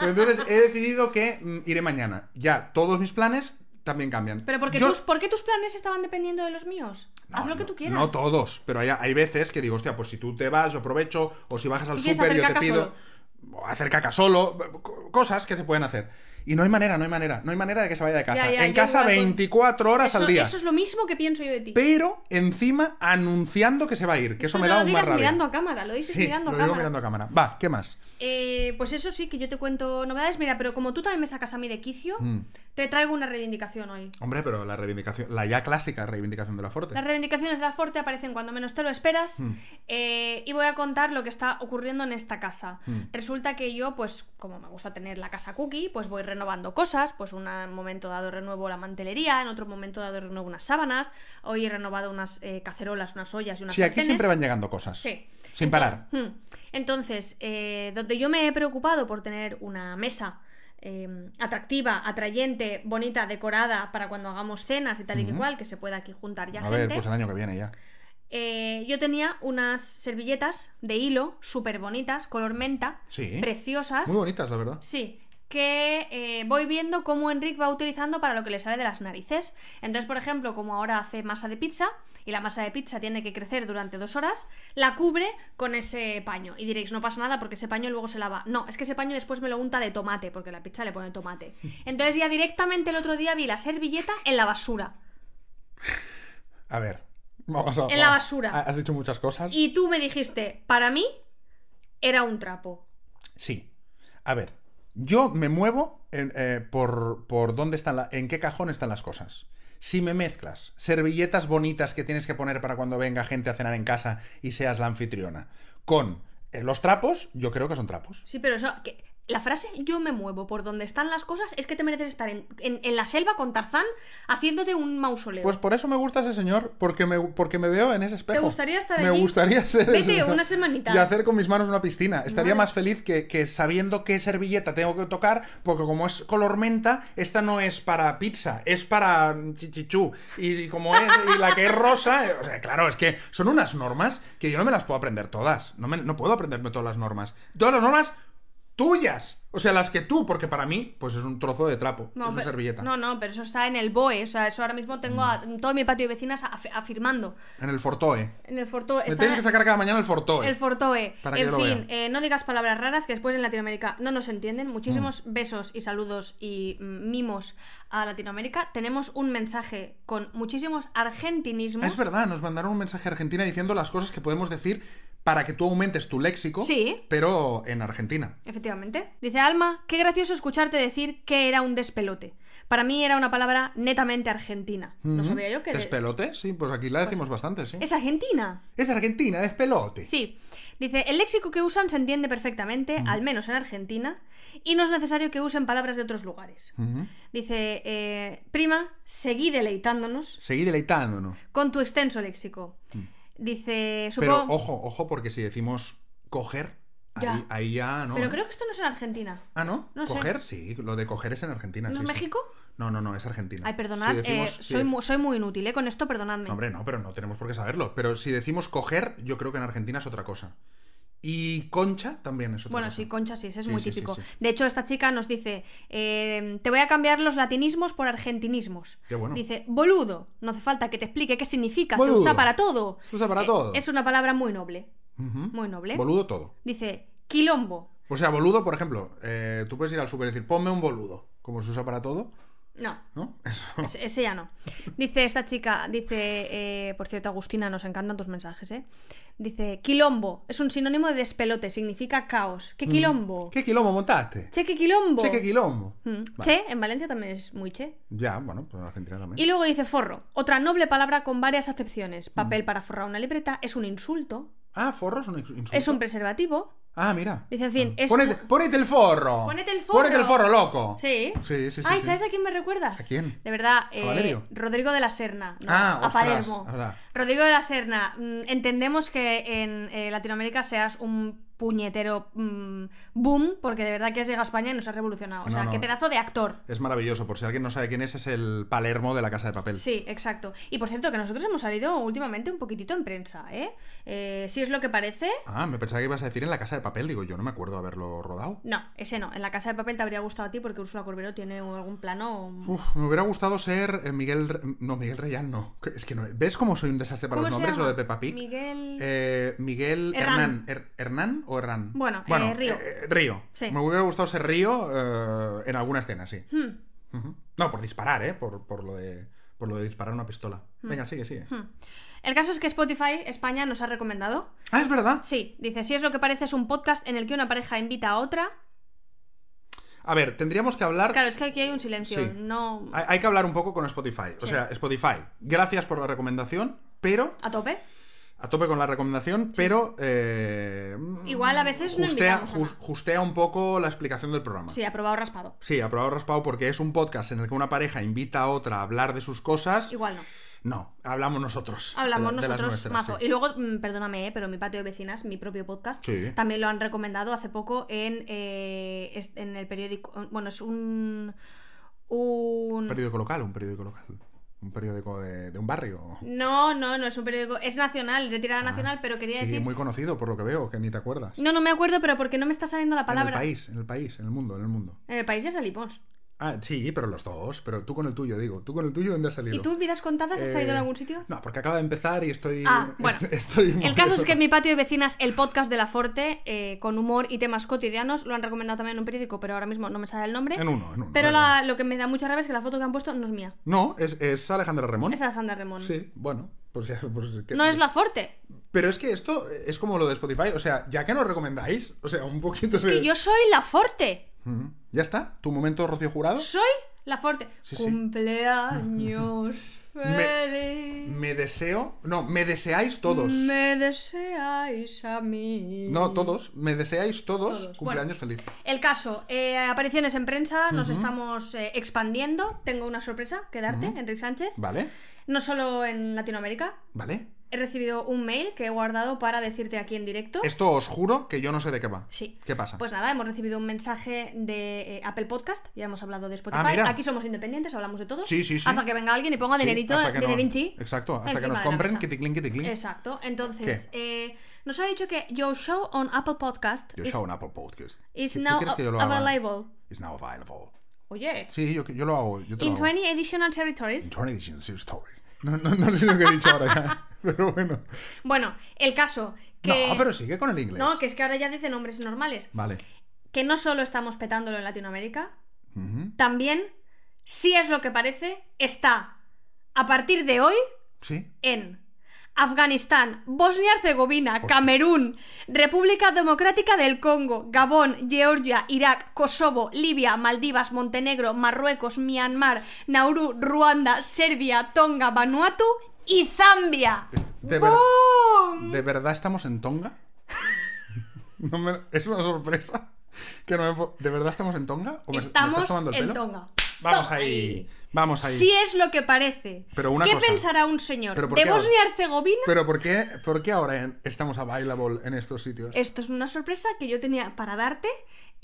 Speaker 2: Pero entonces he decidido que mm, iré mañana. Ya, todos mis planes también cambian.
Speaker 3: Pero porque
Speaker 2: Yo-
Speaker 3: tus, ¿por qué tus planes estaban dependiendo de los míos?
Speaker 2: No,
Speaker 3: Haz lo que
Speaker 2: no,
Speaker 3: tú quieras.
Speaker 2: No todos, pero hay, hay veces que digo, hostia, pues si tú te vas, yo aprovecho, o si bajas al
Speaker 3: ¿Tú quieres
Speaker 2: súper,
Speaker 3: hacer
Speaker 2: yo te
Speaker 3: caca
Speaker 2: pido. O hacer caca solo, co- cosas que se pueden hacer. Y no hay manera, no hay manera, no hay manera de que se vaya de casa.
Speaker 3: Ya, ya,
Speaker 2: en
Speaker 3: yo
Speaker 2: casa
Speaker 3: igual con-
Speaker 2: 24 horas
Speaker 3: eso,
Speaker 2: al día.
Speaker 3: eso es lo mismo que pienso yo de ti.
Speaker 2: Pero encima anunciando que se va a ir, que eso,
Speaker 3: Tú
Speaker 2: me
Speaker 3: no
Speaker 2: da
Speaker 3: lo
Speaker 2: un
Speaker 3: digas
Speaker 2: más rabia.
Speaker 3: mirando a cámara, lo dices
Speaker 2: sí,
Speaker 3: mirando
Speaker 2: lo
Speaker 3: a
Speaker 2: digo
Speaker 3: cámara.
Speaker 2: mirando a cámara. Va, ¿qué más?
Speaker 3: Eh, pues eso sí, que yo te cuento novedades. Mira, pero como tú también me sacas a mí de quicio,
Speaker 2: Mm.
Speaker 3: te traigo una reivindicación hoy.
Speaker 2: Hombre, pero la reivindicación, la ya clásica reivindicación de la Forte.
Speaker 3: Las reivindicaciones de la Forte aparecen cuando menos te lo esperas
Speaker 2: Mm.
Speaker 3: eh, y voy a contar lo que está ocurriendo en esta casa.
Speaker 2: Mm.
Speaker 3: Resulta que yo, pues como me gusta tener la casa cookie, pues voy renovando cosas, pues una- en un momento dado renuevo la mantelería, en otro momento dado renuevo unas sábanas, hoy he renovado unas eh, cacerolas, unas ollas y unas
Speaker 2: Sí, aquí
Speaker 3: sartenes.
Speaker 2: siempre van llegando cosas.
Speaker 3: Sí.
Speaker 2: Sin
Speaker 3: Ento-
Speaker 2: parar.
Speaker 3: Hmm. Entonces, eh, donde yo me he preocupado por tener una mesa eh, atractiva, atrayente, bonita, decorada para cuando hagamos cenas y tal y que cual, que se pueda aquí juntar ya
Speaker 2: A
Speaker 3: gente.
Speaker 2: ver, pues el año que viene ya.
Speaker 3: Eh, yo tenía unas servilletas de hilo súper bonitas, color menta,
Speaker 2: Sí.
Speaker 3: preciosas.
Speaker 2: Muy bonitas, la verdad.
Speaker 3: Sí, que eh, voy viendo cómo Enric va utilizando para lo que le sale de las narices. Entonces, por ejemplo, como ahora hace masa de pizza y la masa de pizza tiene que crecer durante dos horas, la cubre con ese paño. Y diréis, no pasa nada porque ese paño luego se lava. No, es que ese paño después me lo unta de tomate porque la pizza le pone tomate. Entonces ya directamente el otro día vi la servilleta en la basura.
Speaker 2: A ver. Vamos a,
Speaker 3: En la basura.
Speaker 2: Has dicho muchas cosas.
Speaker 3: Y tú me dijiste, para mí, era un trapo.
Speaker 2: Sí. A ver, yo me muevo en, eh, por, por dónde están, la- en qué cajón están las cosas. Si me mezclas servilletas bonitas que tienes que poner para cuando venga gente a cenar en casa y seas la anfitriona, con eh, los trapos, yo creo que son trapos.
Speaker 3: Sí, pero eso. que- la frase yo me muevo por donde están las cosas es que te mereces estar en, en- en la selva con Tarzán haciéndote un mausoleo.
Speaker 2: Pues por eso me gusta ese señor, porque me, porque me veo en ese espejo.
Speaker 3: gustaría estar
Speaker 2: Me
Speaker 3: allí?
Speaker 2: gustaría ser
Speaker 3: Vete
Speaker 2: ese señor.
Speaker 3: una semanita.
Speaker 2: Y hacer con mis manos una piscina. Estaría
Speaker 3: Madre.
Speaker 2: más feliz que, que sabiendo qué servilleta tengo que tocar, porque como es color menta, esta no es para pizza, es para chichichú. Y, y como es, y la que es rosa, eh, o sea, claro, es que son unas normas que yo no me las puedo aprender todas. No, me- no puedo aprenderme todas las normas. Todas las normas tuyas. O sea, las que tú, porque para mí, pues es un trozo de trapo, es una
Speaker 3: pero-
Speaker 2: servilleta. Mm.
Speaker 3: No, no, pero eso está en el BOE. O sea, eso ahora mismo tengo a todo mi patio de vecinas af- afirmando.
Speaker 2: En el fortoe.
Speaker 3: En el Fortoe.
Speaker 2: Me
Speaker 3: está
Speaker 2: tienes que sacar cada mañana el fortoe.
Speaker 3: El Fortoe.
Speaker 2: Para que
Speaker 3: en
Speaker 2: yo lo
Speaker 3: fin, eh, no digas palabras raras que después en Latinoamérica no nos entienden. Muchísimos
Speaker 2: Mm.
Speaker 3: besos y saludos y mm, mimos a Latinoamérica. Tenemos un mensaje con muchísimos argentinismos.
Speaker 2: Es verdad, nos mandaron un mensaje a Argentina diciendo las cosas que podemos decir para que tú aumentes tu léxico,
Speaker 3: Sí.
Speaker 2: pero en Argentina.
Speaker 3: Efectivamente. Dice Alma, qué gracioso escucharte decir que era un despelote. Para mí era una palabra netamente argentina. No sabía yo que... des-
Speaker 2: ¿Despelote? Sí, pues aquí la decimos bastante, sí. Es,
Speaker 3: Es argentina.
Speaker 2: de Argentina, despelote.
Speaker 3: Sí. Dice, el léxico que usan se entiende perfectamente, al menos en Argentina, y no es necesario que usen palabras de otros lugares.
Speaker 2: Ujú.
Speaker 3: Dice, eh, prima, seguí deleitándonos
Speaker 2: Seguí deleitándonos.
Speaker 3: con tu extenso léxico. Dice,
Speaker 2: Pero
Speaker 3: supongo...
Speaker 2: ojo, ojo, porque si decimos coger, ahí
Speaker 3: Ya.
Speaker 2: ahí ya, no.
Speaker 3: Pero
Speaker 2: ¿eh?
Speaker 3: creo que esto no es en Argentina.
Speaker 2: Ah, ¿no?
Speaker 3: no sé.
Speaker 2: ¿Coger? Sí, lo de coger es en Argentina.
Speaker 3: ¿No es
Speaker 2: sí, sí.
Speaker 3: México?
Speaker 2: No, no, no, es Argentina.
Speaker 3: Ay, perdonad,
Speaker 2: Si decimos-
Speaker 3: eh,
Speaker 2: si
Speaker 3: soy,
Speaker 2: dec-
Speaker 3: mu- soy muy inútil, ¿eh? Con esto perdonadme.
Speaker 2: No, hombre, no, pero no tenemos por qué saberlo. Pero si decimos coger, yo creo que en Argentina es otra cosa. Y concha también es otra
Speaker 3: Bueno,
Speaker 2: cosa.
Speaker 3: sí, concha sí, ese es
Speaker 2: Sí,
Speaker 3: muy
Speaker 2: sí, sí,
Speaker 3: típico.
Speaker 2: sí.
Speaker 3: De hecho, esta chica nos dice, eh, te voy a cambiar los latinismos por argentinismos.
Speaker 2: Qué bueno.
Speaker 3: Dice, boludo, no hace falta que te explique qué significa, se
Speaker 2: Boludo.
Speaker 3: usa para todo.
Speaker 2: Se usa para
Speaker 3: Eh,
Speaker 2: todo.
Speaker 3: Es una palabra muy noble,
Speaker 2: Ujú.
Speaker 3: muy noble.
Speaker 2: Boludo todo.
Speaker 3: Dice, quilombo.
Speaker 2: O sea, boludo, por ejemplo, eh, tú puedes ir al super y decir, ponme un boludo, como se usa para todo,
Speaker 3: No,
Speaker 2: ¿no? Eso.
Speaker 3: ese- ese ya no. Dice esta chica, dice, eh, por cierto, Agustina, nos encantan tus mensajes, ¿eh? Dice, quilombo, es un sinónimo de despelote, significa caos. ¿Qué quilombo?
Speaker 2: Mm. ¿Qué quilombo montaste?
Speaker 3: Che, qué quilombo.
Speaker 2: Che, qué quilombo.
Speaker 3: Mm.
Speaker 2: Vale.
Speaker 3: Che, en Valencia también es muy che.
Speaker 2: Ya, bueno, pues en Argentina también.
Speaker 3: Y luego dice forro, otra noble palabra con varias acepciones. Papel para forrar una libreta es un insulto,
Speaker 2: Ah, forro es un ex- insulto.
Speaker 3: es un preservativo.
Speaker 2: Ah, mira.
Speaker 3: Dice, en fin, es.
Speaker 2: Ponete, ponete el forro.
Speaker 3: Ponete el forro.
Speaker 2: Ponete el forro, loco.
Speaker 3: Sí.
Speaker 2: Sí, sí, sí,
Speaker 3: Ay,
Speaker 2: sí.
Speaker 3: ¿sabes a quién me recuerdas?
Speaker 2: ¿A quién?
Speaker 3: De verdad, eh,
Speaker 2: Valerio?
Speaker 3: Rodrigo de la Serna. no,
Speaker 2: Ah,
Speaker 3: a
Speaker 2: ostras,
Speaker 3: Palermo.
Speaker 2: verdad.
Speaker 3: Rodrigo de la Serna, mm, entendemos que en eh, Latinoamérica seas un puñetero mm, boom, porque de verdad que has llegado a España y nos has revolucionado. O
Speaker 2: No,
Speaker 3: sea,
Speaker 2: no.
Speaker 3: qué pedazo de actor.
Speaker 2: Es maravilloso, por si alguien no sabe quién es, es el Palermo de la Casa de Papel.
Speaker 3: Sí, exacto. Y por cierto, que nosotros hemos salido últimamente un poquitito en prensa, ¿eh? Eh, si es lo que parece.
Speaker 2: Ah, me pensaba que ibas a decir en la Casa de Papel, digo, yo no me acuerdo haberlo rodado.
Speaker 3: No, ese no. En la casa de papel te habría gustado a ti porque Úrsula Corberó tiene algún plano.
Speaker 2: Uf, me hubiera gustado ser eh, Miguel... Re- No, Miguel Reyán no. Que- Es que no... ¿Ves cómo soy un desastre para
Speaker 3: ¿Cómo
Speaker 2: los
Speaker 3: se
Speaker 2: nombres,
Speaker 3: llama?
Speaker 2: lo de Peppa Pig?
Speaker 3: Miguel.
Speaker 2: Eh, Miguel
Speaker 3: Hernán.
Speaker 2: Hernán. Her- ¿Hernán o Hernán?
Speaker 3: Bueno, eh, Río.
Speaker 2: Río.
Speaker 3: Sí.
Speaker 2: Me hubiera gustado ser Río eh, en alguna escena, sí.
Speaker 3: Hmm.
Speaker 2: Ujú. No, por disparar, ¿eh? Por, por lo de, por lo de disparar una pistola.
Speaker 3: Mm.
Speaker 2: Venga, sigue, sigue.
Speaker 3: El caso es que Spotify España nos ha recomendado.
Speaker 2: Ah, es verdad.
Speaker 3: Sí, dice, si es lo que parece es un podcast en el que una pareja invita a otra.
Speaker 2: A ver, tendríamos que hablar...
Speaker 3: Claro, es que aquí hay un silencio.
Speaker 2: Sí.
Speaker 3: No.
Speaker 2: Hay, hay que hablar un poco con Spotify. O
Speaker 3: Sí.
Speaker 2: sea, Spotify, gracias por la recomendación, pero...
Speaker 3: A tope.
Speaker 2: A tope con la recomendación, pero... eh,
Speaker 3: Igual a veces no
Speaker 2: justea,
Speaker 3: invitamos a nada.
Speaker 2: jus- justea un poco la explicación del programa.
Speaker 3: Sí, aprobado raspado.
Speaker 2: Sí, aprobado raspado porque es un podcast en el que una pareja invita a otra a hablar de sus cosas.
Speaker 3: Igual no.
Speaker 2: No, hablamos nosotros. De
Speaker 3: Hablamos
Speaker 2: la- de las
Speaker 3: nosotros,
Speaker 2: nuestras,
Speaker 3: mazo.
Speaker 2: sí.
Speaker 3: Y luego, mm, perdóname, eh, pero mi patio de vecinas, mi propio podcast,
Speaker 2: Sí.
Speaker 3: también lo han recomendado hace poco en, eh, es- en el periódico. Bueno, es un. Un.
Speaker 2: Un periódico local, un periódico local. Un periódico de, de un barrio.
Speaker 3: No, no, no es un periódico. Es nacional, es de tirada nacional, pero quería
Speaker 2: Ah, Sí,
Speaker 3: decir.
Speaker 2: muy conocido por lo que veo, que ni te acuerdas.
Speaker 3: No, no me acuerdo, pero porque no me está saliendo la palabra.
Speaker 2: En el país, en el país, en el mundo, en el mundo.
Speaker 3: En el país ya salimos.
Speaker 2: Ah, sí, pero los dos, pero tú con el tuyo, digo. ¿Tú con el tuyo dónde has salido?
Speaker 3: ¿Y tú, vidas contadas, has salido
Speaker 2: Eh,
Speaker 3: en algún sitio?
Speaker 2: No, porque acaba de empezar y estoy...
Speaker 3: Ah, bueno.
Speaker 2: est- estoy
Speaker 3: El caso es que en mi patio de vecinas, el podcast de La Forte, eh, con humor y temas cotidianos, lo han recomendado también en un periódico, pero ahora mismo no me sale el nombre.
Speaker 2: En uno, en uno.
Speaker 3: Pero
Speaker 2: en
Speaker 3: la- lo que me da mucha rabia es que la foto que han puesto no es mía,
Speaker 2: uno. No, es, es Alejandra Ramón.
Speaker 3: es Alejandra Remón.
Speaker 2: Sí, bueno. Pues ya, pues que-
Speaker 3: No es la fuerte.
Speaker 2: Pero es que esto es como lo de Spotify. O sea, ya que nos recomendáis, o sea, un poquito de.
Speaker 3: Que yo soy la fuerte.
Speaker 2: Ujú. Ya está. Tu momento, Rocío Jurado.
Speaker 3: Soy la fuerte.
Speaker 2: Sí, sí.
Speaker 3: Cumpleaños feliz.
Speaker 2: Me deseo. No, me deseáis todos.
Speaker 3: Me deseáis a mí.
Speaker 2: No, todos. Me deseáis todos.
Speaker 3: Todos.
Speaker 2: Cumpleaños feliz.
Speaker 3: El caso, eh, apariciones en prensa, nos estamos eh, expandiendo. Tengo una sorpresa que darte, Enrique Sánchez.
Speaker 2: Vale,
Speaker 3: No solo en Latinoamérica.
Speaker 2: vale.
Speaker 3: He recibido un mail que he guardado para decirte aquí en directo.
Speaker 2: Esto os juro que yo no sé de qué va.
Speaker 3: Sí.
Speaker 2: ¿Qué pasa?
Speaker 3: Pues nada, hemos recibido un mensaje de eh, Apple Podcast, ya hemos hablado de Spotify.
Speaker 2: Ah, mira.
Speaker 3: Aquí somos independientes, hablamos de todo.
Speaker 2: Sí, sí, sí.
Speaker 3: Hasta que venga alguien y ponga
Speaker 2: Sí,
Speaker 3: dinerito,
Speaker 2: hasta que no-
Speaker 3: dinerinchi.
Speaker 2: Exacto, hasta que
Speaker 3: encima
Speaker 2: nos
Speaker 3: de la
Speaker 2: compren
Speaker 3: mesa.
Speaker 2: kiticlin, kiticlin.
Speaker 3: Exacto. Entonces, eh, nos ha dicho que Your Show on Apple Podcast
Speaker 2: Yo
Speaker 3: is,
Speaker 2: show un Apple Podcast.
Speaker 3: is
Speaker 2: ¿Qué- tú
Speaker 3: now
Speaker 2: quieres que yo lo haga?
Speaker 3: available.
Speaker 2: It's now available.
Speaker 3: Oye,
Speaker 2: Sí, yo, yo lo hago. Yo te
Speaker 3: in
Speaker 2: lo hago.
Speaker 3: 20 additional territories.
Speaker 2: In 20 editions, Series stories. No, no, no sé lo que he dicho ahora ya. Pero bueno.
Speaker 3: Bueno, el caso que.
Speaker 2: No, pero sigue con el inglés.
Speaker 3: No, que es que ahora ya dice nombres normales.
Speaker 2: Vale.
Speaker 3: Que no solo estamos petándolo en Latinoamérica,
Speaker 2: Ujú.
Speaker 3: también, si es lo que parece, está a partir de hoy
Speaker 2: Sí.
Speaker 3: en Afganistán, Bosnia y Herzegovina, Camerún, República Democrática del Congo, Gabón, Georgia, Irak, Kosovo, Libia, Maldivas, Montenegro, Marruecos, Myanmar, Nauru, Ruanda, Serbia, Tonga, Vanuatu y Zambia.
Speaker 2: De, ver-
Speaker 3: ¡Bum!
Speaker 2: ¿De verdad estamos en Tonga? No me- Es una sorpresa. Que no me po- ¿De verdad estamos en Tonga? ¿O me- me,
Speaker 3: Estamos
Speaker 2: estás tomando el
Speaker 3: en
Speaker 2: pelo?
Speaker 3: Tonga.
Speaker 2: Vamos
Speaker 3: Toma
Speaker 2: ahí.
Speaker 3: ahí.
Speaker 2: Vamos ahí.
Speaker 3: Si es lo que parece.
Speaker 2: Pero una
Speaker 3: ¿Qué
Speaker 2: cosa.
Speaker 3: pensará un señor
Speaker 2: ¿Pero por
Speaker 3: de
Speaker 2: qué ahora?
Speaker 3: Bosnia y Herzegovina?
Speaker 2: Pero ¿por qué, por qué ahora en- estamos available en estos sitios?
Speaker 3: Esto es una sorpresa que yo tenía para darte.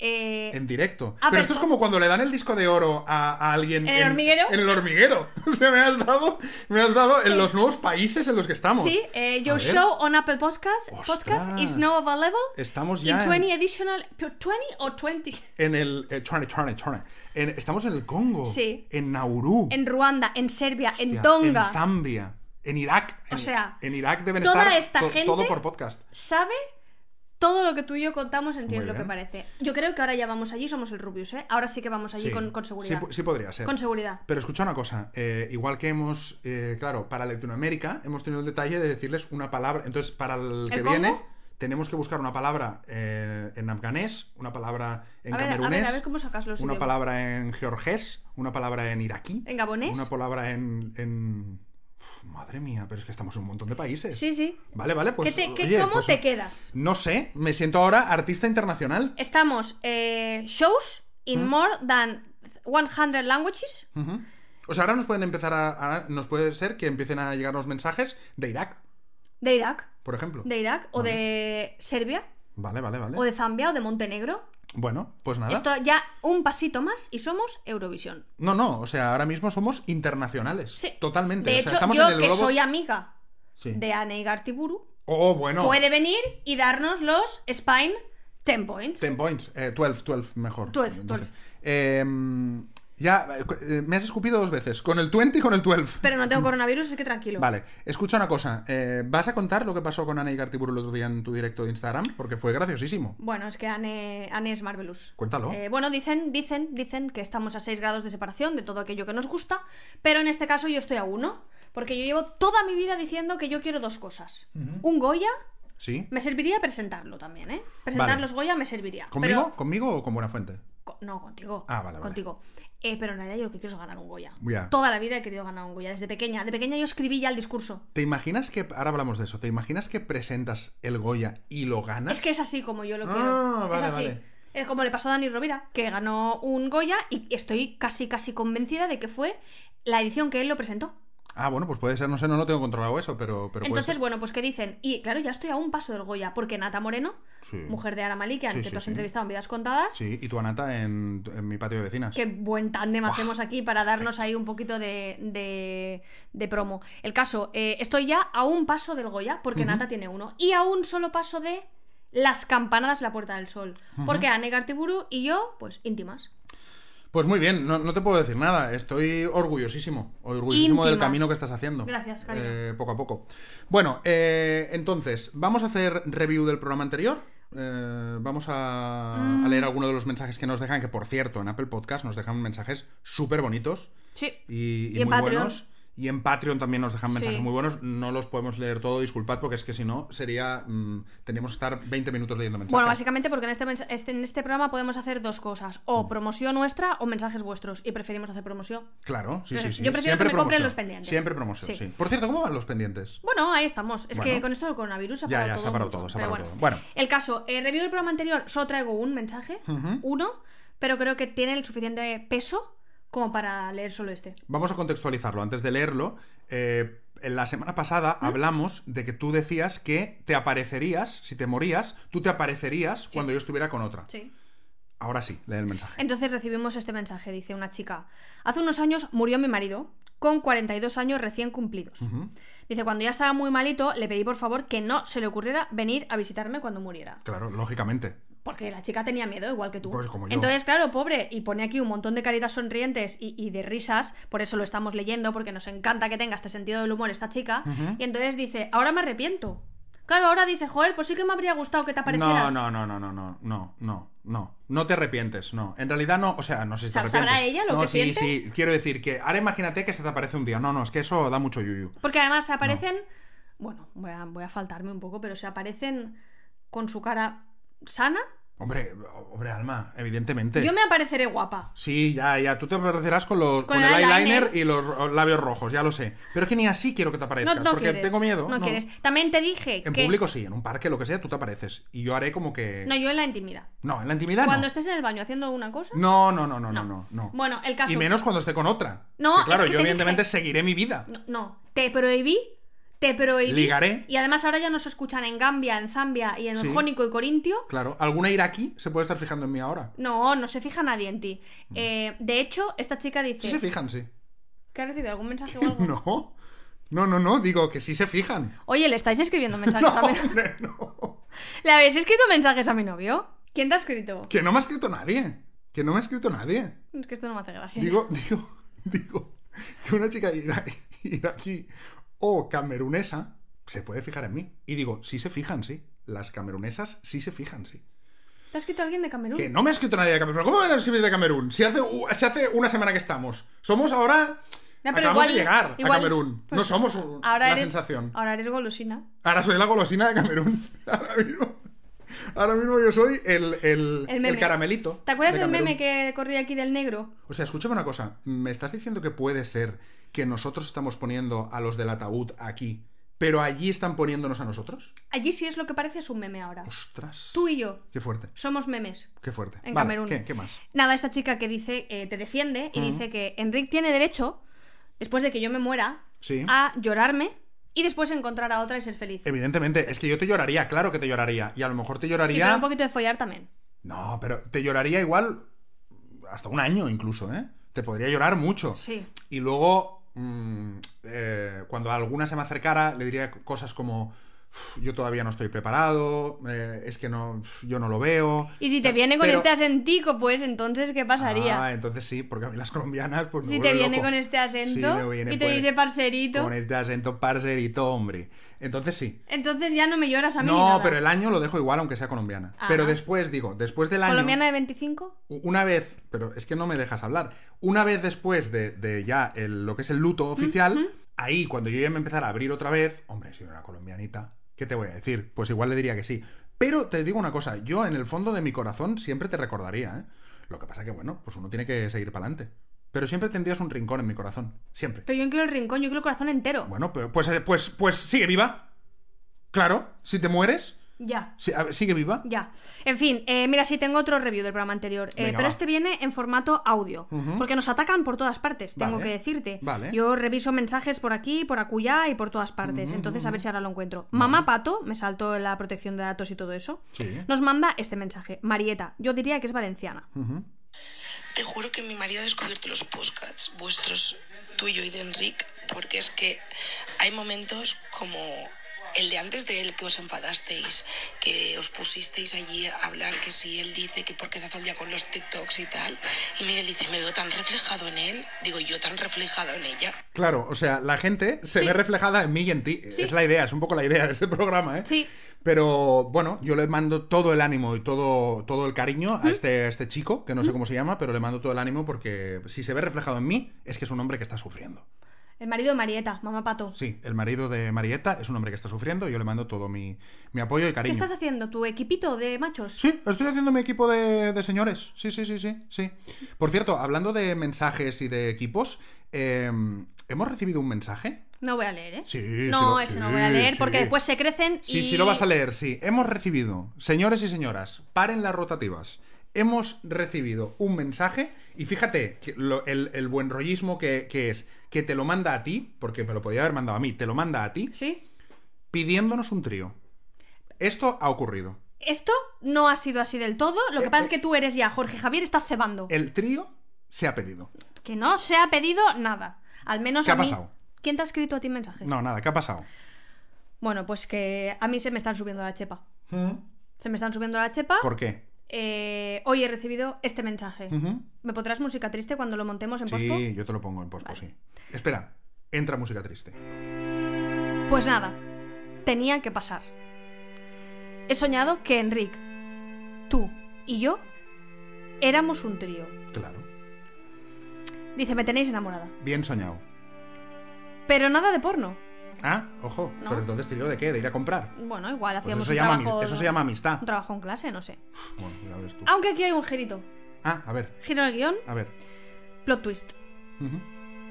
Speaker 3: eh,
Speaker 2: En directo.
Speaker 3: Ah,
Speaker 2: pero
Speaker 3: pero-
Speaker 2: esto es como cuando le dan el disco de oro a, a alguien.
Speaker 3: ¿En el hormiguero?
Speaker 2: En el hormiguero. O sea, me has dado, me has dado en los nuevos países en los que estamos.
Speaker 3: Sí, eh, your
Speaker 2: A ver.
Speaker 3: show on Apple Podcast, podcast
Speaker 2: Ostras.
Speaker 3: is now available.
Speaker 2: Estamos
Speaker 3: in
Speaker 2: ya
Speaker 3: 20
Speaker 2: en,
Speaker 3: additional. to- 20 o 20?
Speaker 2: en el. eh, Chorne, chorne, chorne. En- estamos en el Congo.
Speaker 3: Sí.
Speaker 2: En Nauru.
Speaker 3: En Ruanda, en Serbia, en
Speaker 2: Hostia,
Speaker 3: Tonga.
Speaker 2: En Zambia. En Irak. En,
Speaker 3: O sea,
Speaker 2: En Irak deben
Speaker 3: toda
Speaker 2: estar.
Speaker 3: esta gente-
Speaker 2: Todo por podcast.
Speaker 3: ¿Sabe? Todo lo que tú y yo contamos en ti
Speaker 2: Muy
Speaker 3: es lo que
Speaker 2: bien.
Speaker 3: parece. Yo creo que ahora ya vamos allí, somos el Rubius, ¿eh? Ahora sí que vamos allí
Speaker 2: Sí.
Speaker 3: con, con seguridad.
Speaker 2: Sí, po- sí podría ser.
Speaker 3: Con seguridad.
Speaker 2: Pero escucha una cosa, eh, igual que hemos, eh, claro, para Latinoamérica hemos tenido el detalle de decirles una palabra, entonces para el que
Speaker 3: ¿El Congo?
Speaker 2: viene tenemos que buscar una palabra eh, en afganés, una palabra en
Speaker 3: A ver, a ver,
Speaker 2: camerunés,
Speaker 3: a ver cómo sacas los
Speaker 2: una
Speaker 3: idiomas.
Speaker 2: palabra en georgés, una palabra en iraquí,
Speaker 3: ¿En gabonés?
Speaker 2: una palabra en... en- Uf, madre mía, pero es que estamos en un montón de países.
Speaker 3: Sí, sí.
Speaker 2: Vale, vale, pues...
Speaker 3: ¿Qué te- qué-
Speaker 2: oye,
Speaker 3: ¿Cómo
Speaker 2: pues,
Speaker 3: te quedas?
Speaker 2: No sé, me siento ahora artista internacional.
Speaker 3: Estamos eh, shows in
Speaker 2: ¿Mm?
Speaker 3: more than 100 languages.
Speaker 2: Ujú. O sea, ahora nos pueden empezar a, ahora Nos puede ser que empiecen a llegarnos mensajes de Irak,
Speaker 3: De Irak,
Speaker 2: por ejemplo.
Speaker 3: de Irak, o de Serbia,
Speaker 2: Vale, vale, vale.
Speaker 3: o de Zambia, o de Montenegro.
Speaker 2: Bueno, pues nada.
Speaker 3: Esto ya un pasito más y somos Eurovisión.
Speaker 2: No, no, o sea, ahora mismo somos internacionales.
Speaker 3: Sí.
Speaker 2: Totalmente.
Speaker 3: De
Speaker 2: o
Speaker 3: hecho,
Speaker 2: sea, estamos
Speaker 3: yo
Speaker 2: en el
Speaker 3: que
Speaker 2: globo.
Speaker 3: soy amiga
Speaker 2: Sí.
Speaker 3: de Anne Gartiburu,
Speaker 2: Oh, bueno.
Speaker 3: puede venir y darnos los Spine 10 points.
Speaker 2: 10 points. Eh, 12, 12 mejor.
Speaker 3: 12, 12.
Speaker 2: Eh, ya, eh, me has escupido dos veces. Con el 20 y con el 12.
Speaker 3: Pero no tengo coronavirus, así que tranquilo.
Speaker 2: Vale, escucha una cosa. eh, ¿Vas a contar lo que pasó con Ana y Gartiburu el otro día en tu directo de Instagram? Porque fue graciosísimo.
Speaker 3: Bueno, es que Anne, Anne es Marvelous.
Speaker 2: Cuéntalo.
Speaker 3: Eh, bueno, dicen, dicen, dicen que estamos a 6 grados de separación de todo aquello que nos gusta, pero en este caso yo estoy a 1, porque yo llevo toda mi vida diciendo que yo quiero dos cosas. Un Goya,
Speaker 2: ¿Sí?
Speaker 3: me serviría presentarlo también, ¿eh? Presentar
Speaker 2: Vale.
Speaker 3: los Goya me serviría.
Speaker 2: ¿Conmigo?
Speaker 3: pero-
Speaker 2: ¿Conmigo o con Buena Fuente?
Speaker 3: Co- No, contigo.
Speaker 2: Ah, vale, vale.
Speaker 3: Contigo. Eh, pero en realidad yo lo que quiero es ganar un Goya.
Speaker 2: Ya.
Speaker 3: Toda la vida he querido ganar un Goya, desde pequeña. De pequeña yo escribí ya el discurso.
Speaker 2: ¿Te imaginas que, ahora hablamos de eso, ¿te imaginas que presentas el Goya y lo ganas?
Speaker 3: Es que es así como yo lo
Speaker 2: Ah,
Speaker 3: quiero. es
Speaker 2: vale,
Speaker 3: así.
Speaker 2: vale.
Speaker 3: Eh, como le pasó a Dani Rovira, que ganó un Goya y estoy casi, casi convencida de que fue la edición que él lo presentó.
Speaker 2: Ah, bueno, pues puede ser, no sé, no lo tengo controlado eso, pero, pero puede
Speaker 3: Entonces,
Speaker 2: ser.
Speaker 3: bueno, pues ¿qué dicen? Y claro, ya estoy a un paso del Goya, porque Nata Moreno,
Speaker 2: Sí.
Speaker 3: mujer de Aramalí, que,
Speaker 2: Sí,
Speaker 3: que
Speaker 2: sí,
Speaker 3: tú has
Speaker 2: sí.
Speaker 3: entrevistado en Vidas Contadas,
Speaker 2: Sí, y tu Anata en, en mi patio de vecinas.
Speaker 3: Qué buen tándem hacemos aquí para darnos ahí un poquito de, de, de promo. El caso, eh, estoy ya a un paso del Goya, porque Nata tiene uno, y a un solo paso de las campanadas La Puerta del Sol. Porque Anne Gartiburu y yo, pues íntimas.
Speaker 2: Pues muy bien, no, no te puedo decir nada, estoy orgullosísimo, orgullosísimo del
Speaker 3: Íntimas.
Speaker 2: camino que estás haciendo.
Speaker 3: Gracias, cariño.
Speaker 2: Eh, poco a poco. Bueno, eh, entonces, ¿vamos a hacer review del programa anterior? Eh, vamos a,
Speaker 3: Mm.
Speaker 2: a leer alguno de los mensajes que nos dejan, que por cierto, en Apple Podcast nos dejan mensajes súper bonitos.
Speaker 3: Sí.
Speaker 2: y, y
Speaker 3: Y en
Speaker 2: muy
Speaker 3: Patreon.
Speaker 2: buenos. Y en Patreon también nos dejan mensajes
Speaker 3: Sí.
Speaker 2: muy buenos. No los podemos leer todo, disculpad, porque es que si no sería. mm, tendríamos que estar 20 minutos leyendo mensajes.
Speaker 3: Bueno, básicamente porque en este, mensa- este- en este programa podemos hacer dos cosas, o
Speaker 2: Mm.
Speaker 3: promoción nuestra o mensajes vuestros, y preferimos hacer promoción.
Speaker 2: Claro, sí, sí, sí.
Speaker 3: Yo prefiero
Speaker 2: Siempre
Speaker 3: que me compren
Speaker 2: promoción.
Speaker 3: los pendientes.
Speaker 2: Siempre promoción, sí.
Speaker 3: Sí.
Speaker 2: Por cierto, ¿cómo van los pendientes?
Speaker 3: Bueno, ahí estamos. Es
Speaker 2: Bueno.
Speaker 3: que con esto del coronavirus se ha
Speaker 2: Ya,
Speaker 3: parado
Speaker 2: ya,
Speaker 3: todo.
Speaker 2: se ha parado
Speaker 3: un montón.
Speaker 2: todo, se ha
Speaker 3: Pero
Speaker 2: parado todo. Bueno.
Speaker 3: El caso, eh, review del programa anterior, solo traigo un mensaje, uno, pero creo que tiene el suficiente peso como para leer solo este.
Speaker 2: Vamos a contextualizarlo antes de leerlo. eh, en la semana pasada
Speaker 3: ¿Mm?
Speaker 2: hablamos de que tú decías que te aparecerías, si te morías, tú te aparecerías cuando yo estuviera con otra.
Speaker 3: Sí.
Speaker 2: Ahora sí, lee el mensaje.
Speaker 3: Entonces recibimos este mensaje, dice una chica. Hace unos años murió mi marido, con 42 años recién cumplidos. Dice, cuando ya estaba muy malito, le pedí por favor que no se le ocurriera venir a visitarme cuando muriera.
Speaker 2: Claro, lógicamente.
Speaker 3: Porque la chica tenía miedo, igual que tú.
Speaker 2: Pues como yo.
Speaker 3: Entonces, claro, pobre, y pone aquí un montón de caritas sonrientes y, y de risas, por eso lo estamos leyendo, porque nos encanta que tenga este sentido del humor esta chica. Y entonces dice, ahora me arrepiento. Claro, ahora dice, joder, pues sí que me habría gustado que te
Speaker 2: No,
Speaker 3: aparecieras.
Speaker 2: no, no, no, no, no, no, no, no. No te arrepientes, no. En realidad no, o sea, no sé si te
Speaker 3: Sab-
Speaker 2: arrepientes.
Speaker 3: ¿sabrá ella lo
Speaker 2: no,
Speaker 3: que
Speaker 2: sí,
Speaker 3: siente?
Speaker 2: sí. Quiero decir que ahora imagínate que se te aparece un día. No, no, es que eso da mucho yuyu.
Speaker 3: Porque además se aparecen. Bueno, voy a, voy a faltarme un poco, pero se aparecen con su cara sana.
Speaker 2: Hombre, hombre, Alma, evidentemente.
Speaker 3: Yo me apareceré guapa.
Speaker 2: Sí, ya, ya. Tú te aparecerás con, los,
Speaker 3: Con
Speaker 2: con
Speaker 3: el
Speaker 2: el eyeliner,
Speaker 3: eyeliner.
Speaker 2: y los oh, labios rojos, ya lo sé. Pero es que ni así quiero que te
Speaker 3: No,
Speaker 2: aparezcas,
Speaker 3: no
Speaker 2: porque
Speaker 3: quieres.
Speaker 2: tengo miedo.
Speaker 3: No, quieres. También te dije
Speaker 2: En
Speaker 3: que.
Speaker 2: público sí, en un parque, lo que sea, tú te apareces. Y yo haré como que...
Speaker 3: No, yo en la intimidad.
Speaker 2: No, en la intimidad
Speaker 3: Cuando
Speaker 2: no.
Speaker 3: estés en el baño haciendo una cosa.
Speaker 2: No, no, no, no, no, no, no.
Speaker 3: Bueno, el caso.
Speaker 2: Y menos cuando esté con otra.
Speaker 3: No,
Speaker 2: Que claro,
Speaker 3: es que
Speaker 2: yo
Speaker 3: te
Speaker 2: evidentemente
Speaker 3: dije-
Speaker 2: seguiré mi vida.
Speaker 3: No, no, te prohibí. Te prohibí.
Speaker 2: Ligaré.
Speaker 3: Y además ahora ya nos escuchan en Gambia, en Zambia y en
Speaker 2: Sí.
Speaker 3: Jónico y Corintio.
Speaker 2: Claro, alguna iraquí se puede estar fijando en mí ahora.
Speaker 3: No, no se fija nadie en ti. Eh, de hecho, esta chica
Speaker 2: Mm. Sí,
Speaker 3: dice.
Speaker 2: se fijan, sí.
Speaker 3: ¿Que ha recibido algún mensaje o algo?
Speaker 2: No. No, no, no, digo que sí se fijan.
Speaker 3: Oye, le estáis escribiendo mensajes a mi-
Speaker 2: Hombre, no.
Speaker 3: ¿Le habéis escrito mensajes a mi novio? ¿Quién te ha escrito?
Speaker 2: Que no me ha escrito nadie. Que no me ha escrito nadie.
Speaker 3: Es que esto no me hace gracia.
Speaker 2: Digo, digo, digo, que una chica ira- iraquí o camerunesa se puede fijar en mí. Y digo, sí se fijan, sí. Las camerunesas sí se fijan, sí.
Speaker 3: ¿Te ha escrito alguien de Camerún?
Speaker 2: Que no me ha escrito nadie de Camerún. ¿Pero ¿Cómo me van a escribir de Camerún? Si hace, u- si hace una semana que estamos. Somos ahora...
Speaker 3: No, pero
Speaker 2: acabamos
Speaker 3: igual-
Speaker 2: de llegar
Speaker 3: igual-
Speaker 2: a Camerún.
Speaker 3: pues,
Speaker 2: no somos un-
Speaker 3: Ahora
Speaker 2: la
Speaker 3: eres,
Speaker 2: sensación.
Speaker 3: Ahora eres golosina.
Speaker 2: Ahora soy la golosina de Camerún. Ahora mismo, ahora mismo yo soy el, el,
Speaker 3: El meme.
Speaker 2: el caramelito.
Speaker 3: ¿Te acuerdas
Speaker 2: de
Speaker 3: del
Speaker 2: Camerún.
Speaker 3: meme que corría aquí del negro?
Speaker 2: O sea, escúchame una cosa. ¿Me estás diciendo que puede ser que nosotros estamos poniendo a los del ataúd aquí, pero allí están poniéndonos a nosotros?
Speaker 3: Allí sí es lo que parece es un meme ahora.
Speaker 2: ¡Ostras!
Speaker 3: Tú y yo
Speaker 2: ¡Qué fuerte!
Speaker 3: somos memes.
Speaker 2: ¡Qué fuerte!
Speaker 3: En
Speaker 2: Vale,
Speaker 3: Camerún.
Speaker 2: ¿Qué, qué más?
Speaker 3: Nada, esta chica que dice, eh, te defiende y dice que Enric tiene derecho, después de que yo me muera,
Speaker 2: Sí.
Speaker 3: a llorarme y después encontrar a otra y ser feliz.
Speaker 2: Evidentemente, es que yo te lloraría, claro que te lloraría. Y a lo mejor te
Speaker 3: Sí,
Speaker 2: lloraría.
Speaker 3: pero un poquito de follar también.
Speaker 2: No, pero te lloraría igual hasta un año incluso, ¿eh? Te podría llorar mucho.
Speaker 3: Sí.
Speaker 2: Y luego, mm, eh, cuando alguna se me acercara, le diría cosas como, "Uf, yo todavía no estoy preparado, eh, es que no, uf, yo no lo veo.
Speaker 3: Y si te viene con
Speaker 2: Pero-
Speaker 3: este acentico, pues entonces, ¿qué pasaría?
Speaker 2: Ah, entonces sí, porque a mí las colombianas, pues me
Speaker 3: Si te
Speaker 2: vuelven
Speaker 3: viene
Speaker 2: loco.
Speaker 3: con este
Speaker 2: Sí,
Speaker 3: acento
Speaker 2: me vienen
Speaker 3: y te
Speaker 2: con-
Speaker 3: dice parcerito,
Speaker 2: Con este acento parcerito, hombre. Entonces sí.
Speaker 3: entonces ya no me lloras a mí. ni
Speaker 2: No,
Speaker 3: nada.
Speaker 2: pero el año lo dejo igual, aunque sea colombiana.
Speaker 3: Ah.
Speaker 2: Pero después, digo, después del año.
Speaker 3: ¿Colombiana de 25?
Speaker 2: Una vez, pero es que no me dejas hablar. Una vez después de, de ya el- lo que es el luto oficial, ahí cuando yo ya me empezara a abrir otra vez, hombre, soy una colombianita, ¿qué te voy a decir? Pues igual le diría que sí. Pero te digo una cosa, yo en el fondo de mi corazón siempre te recordaría, ¿eh? Lo que pasa que, bueno, pues uno tiene que seguir para adelante. Pero siempre tendrías un rincón en mi corazón, siempre.
Speaker 3: Pero yo no quiero el rincón, yo quiero el corazón entero.
Speaker 2: Bueno, pero- pues, eh, pues, pues sigue viva. Claro, si te mueres,
Speaker 3: Ya,
Speaker 2: si- a ver, sigue viva.
Speaker 3: ya. En fin, eh, mira, sí tengo otro review del programa anterior, eh,
Speaker 2: Venga,
Speaker 3: pero
Speaker 2: va.
Speaker 3: este viene en formato audio, porque nos atacan por todas partes, tengo
Speaker 2: Vale.
Speaker 3: que decirte.
Speaker 2: Vale.
Speaker 3: Yo reviso mensajes por aquí, por acullá y por todas partes, entonces a ver si ahora lo encuentro. Mamá Pato, me saltó la protección de datos y todo eso,
Speaker 2: Sí. Mm.
Speaker 3: nos manda este mensaje. Marieta, yo diría que es valenciana.
Speaker 4: Te juro que mi marido ha descubierto los podcasts vuestros, tuyo y de Enric, porque es que hay momentos como el de antes de él que os enfadasteis, que os pusisteis allí a hablar, que si él dice que porque está todo el día con los TikToks y tal, y Miguel dice, me veo tan reflejado en él, digo yo tan reflejado en ella.
Speaker 2: Claro, o sea, la gente se
Speaker 3: Sí.
Speaker 2: ve reflejada en mí y en ti.
Speaker 3: Sí.
Speaker 2: Es la idea, es un poco la idea de este programa, ¿eh?
Speaker 3: Sí.
Speaker 2: Pero bueno, yo le mando todo el ánimo y todo, todo el cariño a este, a este chico, que no sé cómo se llama, pero le mando todo el ánimo porque si se ve reflejado en mí, es que es un hombre que está sufriendo.
Speaker 3: El marido de Marieta, mamá pato.
Speaker 2: Sí, el marido de Marieta es un hombre que está sufriendo. Yo le mando todo mi, mi apoyo y
Speaker 3: ¿Qué
Speaker 2: cariño.
Speaker 3: estás haciendo? ¿Tu equipito de machos?
Speaker 2: Sí, estoy haciendo mi equipo de, de señores. Sí, sí, sí, sí, sí. Por cierto, hablando de mensajes y de equipos, eh, hemos recibido un mensaje.
Speaker 3: No voy a leer, ¿eh?
Speaker 2: Sí,
Speaker 3: No,
Speaker 2: sí lo-
Speaker 3: ese
Speaker 2: sí,
Speaker 3: no voy a leer
Speaker 2: sí.
Speaker 3: porque después se crecen
Speaker 2: Sí,
Speaker 3: y...
Speaker 2: sí, lo vas a leer, sí. Hemos recibido, señores y señoras, paren las rotativas. Hemos recibido un mensaje y fíjate que lo- el, el buen rollismo que, que es, que te lo manda a ti, porque me lo podía haber mandado a mí, te lo manda a ti,
Speaker 3: Sí.
Speaker 2: pidiéndonos un trío. Esto ha ocurrido.
Speaker 3: Esto no ha sido así del todo. Lo
Speaker 2: Eh,
Speaker 3: que pasa es que tú eres ya, Jorge Javier, estás cebando.
Speaker 2: El trío se ha pedido.
Speaker 3: Que no se ha pedido nada. Al menos
Speaker 2: ¿Qué
Speaker 3: a
Speaker 2: ha
Speaker 3: mí.
Speaker 2: pasado?
Speaker 3: ¿Quién te ha escrito a ti mensajes?
Speaker 2: No, nada, ¿qué ha pasado?
Speaker 3: Bueno, pues que a mí se me están subiendo la chepa. Se me están subiendo la chepa.
Speaker 2: ¿Por qué?
Speaker 3: Eh, hoy he recibido este mensaje.
Speaker 2: Ujú.
Speaker 3: ¿Me pondrás música triste cuando lo montemos en pospo?
Speaker 2: Sí, yo te lo pongo en pospo, sí. Espera, entra música triste.
Speaker 3: Pues nada, tenía que pasar. He soñado que Enric, tú y yo éramos un trío.
Speaker 2: Claro.
Speaker 3: Dice, me tenéis enamorada.
Speaker 2: Bien soñado.
Speaker 3: Pero nada de porno.
Speaker 2: Ah, ojo,
Speaker 3: No.
Speaker 2: pero entonces trío de qué? ¿De ir a comprar?
Speaker 3: Bueno, igual
Speaker 2: Pues
Speaker 3: hacíamos
Speaker 2: eso, se
Speaker 3: un
Speaker 2: llama, ami-
Speaker 3: trabajo.
Speaker 2: eso se llama amistad.
Speaker 3: Un trabajo en clase, no sé.
Speaker 2: Bueno, ya ves tú.
Speaker 3: Aunque aquí hay un girito.
Speaker 2: Ah, a ver,
Speaker 3: Giro en el guión,
Speaker 2: a ver.
Speaker 3: plot twist.
Speaker 2: Ujú.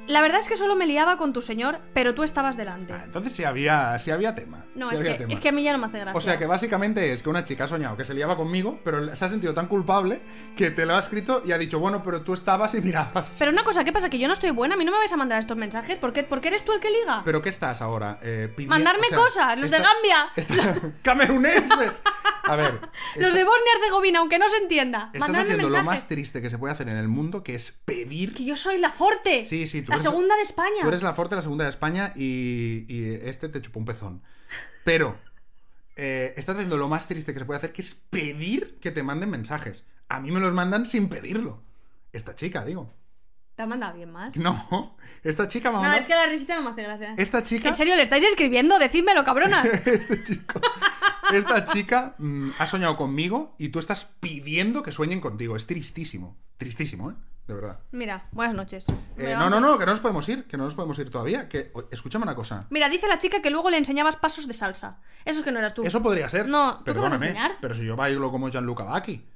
Speaker 3: La verdad es que solo me liaba con tu señor, pero tú estabas delante.
Speaker 2: Ah, entonces sí había, sí había tema.
Speaker 3: No,
Speaker 2: sí
Speaker 3: es
Speaker 2: había
Speaker 3: que,
Speaker 2: tema.
Speaker 3: es que a mí ya no me hace gracia.
Speaker 2: O sea que básicamente es que una chica ha soñado que se liaba conmigo, pero se ha sentido tan culpable que te lo ha escrito y ha dicho, bueno, pero tú estabas y mirabas.
Speaker 3: Pero una cosa, ¿qué pasa? Que yo no estoy buena, a mí no me vais a mandar estos mensajes. ¿Por qué, ¿Por qué eres tú el que liga?
Speaker 2: ¿Pero qué estás ahora? Eh, pidi-
Speaker 3: Mandarme cosas, los de Gambia.
Speaker 2: está- ¡Camerunenses! A ver.
Speaker 3: Los
Speaker 2: está-
Speaker 3: de Bosnia y Herzegovina, aunque no se entienda.
Speaker 2: Estás
Speaker 3: Mandarme
Speaker 2: haciendo
Speaker 3: mensajes.
Speaker 2: lo más triste que se puede hacer en el mundo, que es pedir
Speaker 3: Que yo soy la Forte.
Speaker 2: Sí, sí, tú
Speaker 3: La
Speaker 2: eres-
Speaker 3: segunda de España.
Speaker 2: Tú eres la fuerte, la segunda de España y, y este te chupó un pezón. Pero eh, estás haciendo lo más triste que se puede hacer, que es pedir que te manden mensajes. A mí me los mandan sin pedirlo. Esta chica, digo.
Speaker 3: Te ha mandado bien mal.
Speaker 2: No, esta chica me ha
Speaker 3: No,
Speaker 2: mandado-
Speaker 3: es que la risita no me hace gracia.
Speaker 2: Esta chica...
Speaker 3: ¿En serio le estáis escribiendo? Decídmelo, cabronas.
Speaker 2: Este chico- Esta chica mm, ha soñado conmigo y tú estás pidiendo que sueñen contigo. Es tristísimo. Tristísimo, ¿eh? De verdad.
Speaker 3: Mira, buenas noches.
Speaker 2: Eh,
Speaker 3: Me
Speaker 2: no,
Speaker 3: levanto.
Speaker 2: no, no, que no nos podemos ir, que no nos podemos ir todavía. Que, o- escúchame una cosa.
Speaker 3: Mira, dice la chica que luego le enseñabas pasos de salsa. Eso es que no eras tú.
Speaker 2: Eso podría ser.
Speaker 3: No, ¿tú qué vas a
Speaker 2: Perdóname,
Speaker 3: enseñar?
Speaker 2: Pero si yo bailo como Gianluca Bacchi.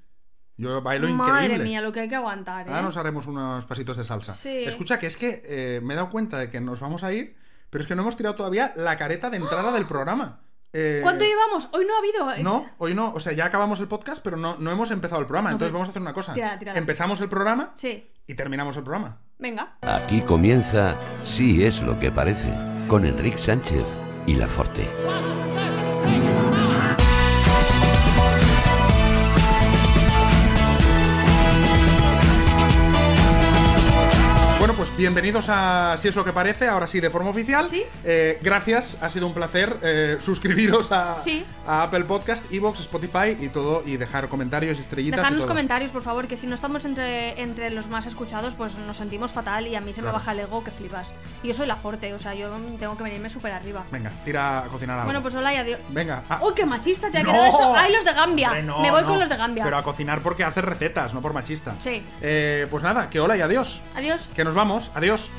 Speaker 2: Yo bailo
Speaker 3: Madre
Speaker 2: increíble.
Speaker 3: mía, lo que hay que aguantar, ¿eh?
Speaker 2: Ahora nos haremos unos pasitos de salsa.
Speaker 3: Sí.
Speaker 2: Escucha, que es que eh, me he dado cuenta de que nos vamos a ir, pero es que no hemos tirado todavía la careta de entrada del programa. Eh,
Speaker 3: ¿Cuánto llevamos? Hoy no ha habido. eh,
Speaker 2: No, hoy no. O sea, ya acabamos el podcast, pero no, no hemos empezado el programa.
Speaker 3: No,
Speaker 2: Entonces
Speaker 3: pero-
Speaker 2: vamos a hacer una cosa.
Speaker 3: Tírala, tírala.
Speaker 2: Empezamos el programa
Speaker 3: Sí.
Speaker 2: y terminamos el programa.
Speaker 3: Venga.
Speaker 5: Aquí comienza Sí es lo que parece, con Enrique Sánchez y La Forte.
Speaker 2: Bueno, pues bienvenidos a Si es lo que parece, ahora sí de forma oficial.
Speaker 3: Sí.
Speaker 2: Eh, gracias, ha sido un placer eh, suscribiros a,
Speaker 3: Sí.
Speaker 2: a Apple Podcast, Evox, Spotify y todo, y dejar comentarios, estrellitas. y
Speaker 3: Dejadnos
Speaker 2: todo.
Speaker 3: comentarios, por favor, que si no estamos entre, entre los más escuchados, pues nos sentimos fatal y a mí se
Speaker 2: Claro.
Speaker 3: me baja el ego que flipas. Y yo soy la forte, o sea, yo tengo que venirme súper arriba.
Speaker 2: Venga, tira a cocinar algo.
Speaker 3: Bueno, pues hola y adiós.
Speaker 2: Venga. ah.
Speaker 3: ¡Uy, qué machista! Te ha
Speaker 2: ¡No!
Speaker 3: quedado eso. ¡Ay, los de Gambia!
Speaker 2: Hombre, no,
Speaker 3: me voy
Speaker 2: no.
Speaker 3: con los de Gambia.
Speaker 2: Pero a cocinar porque hace recetas, no por machista.
Speaker 3: Sí.
Speaker 2: Eh, pues nada, que hola y adiós.
Speaker 3: Adiós.
Speaker 2: Que nos vamos. Adiós.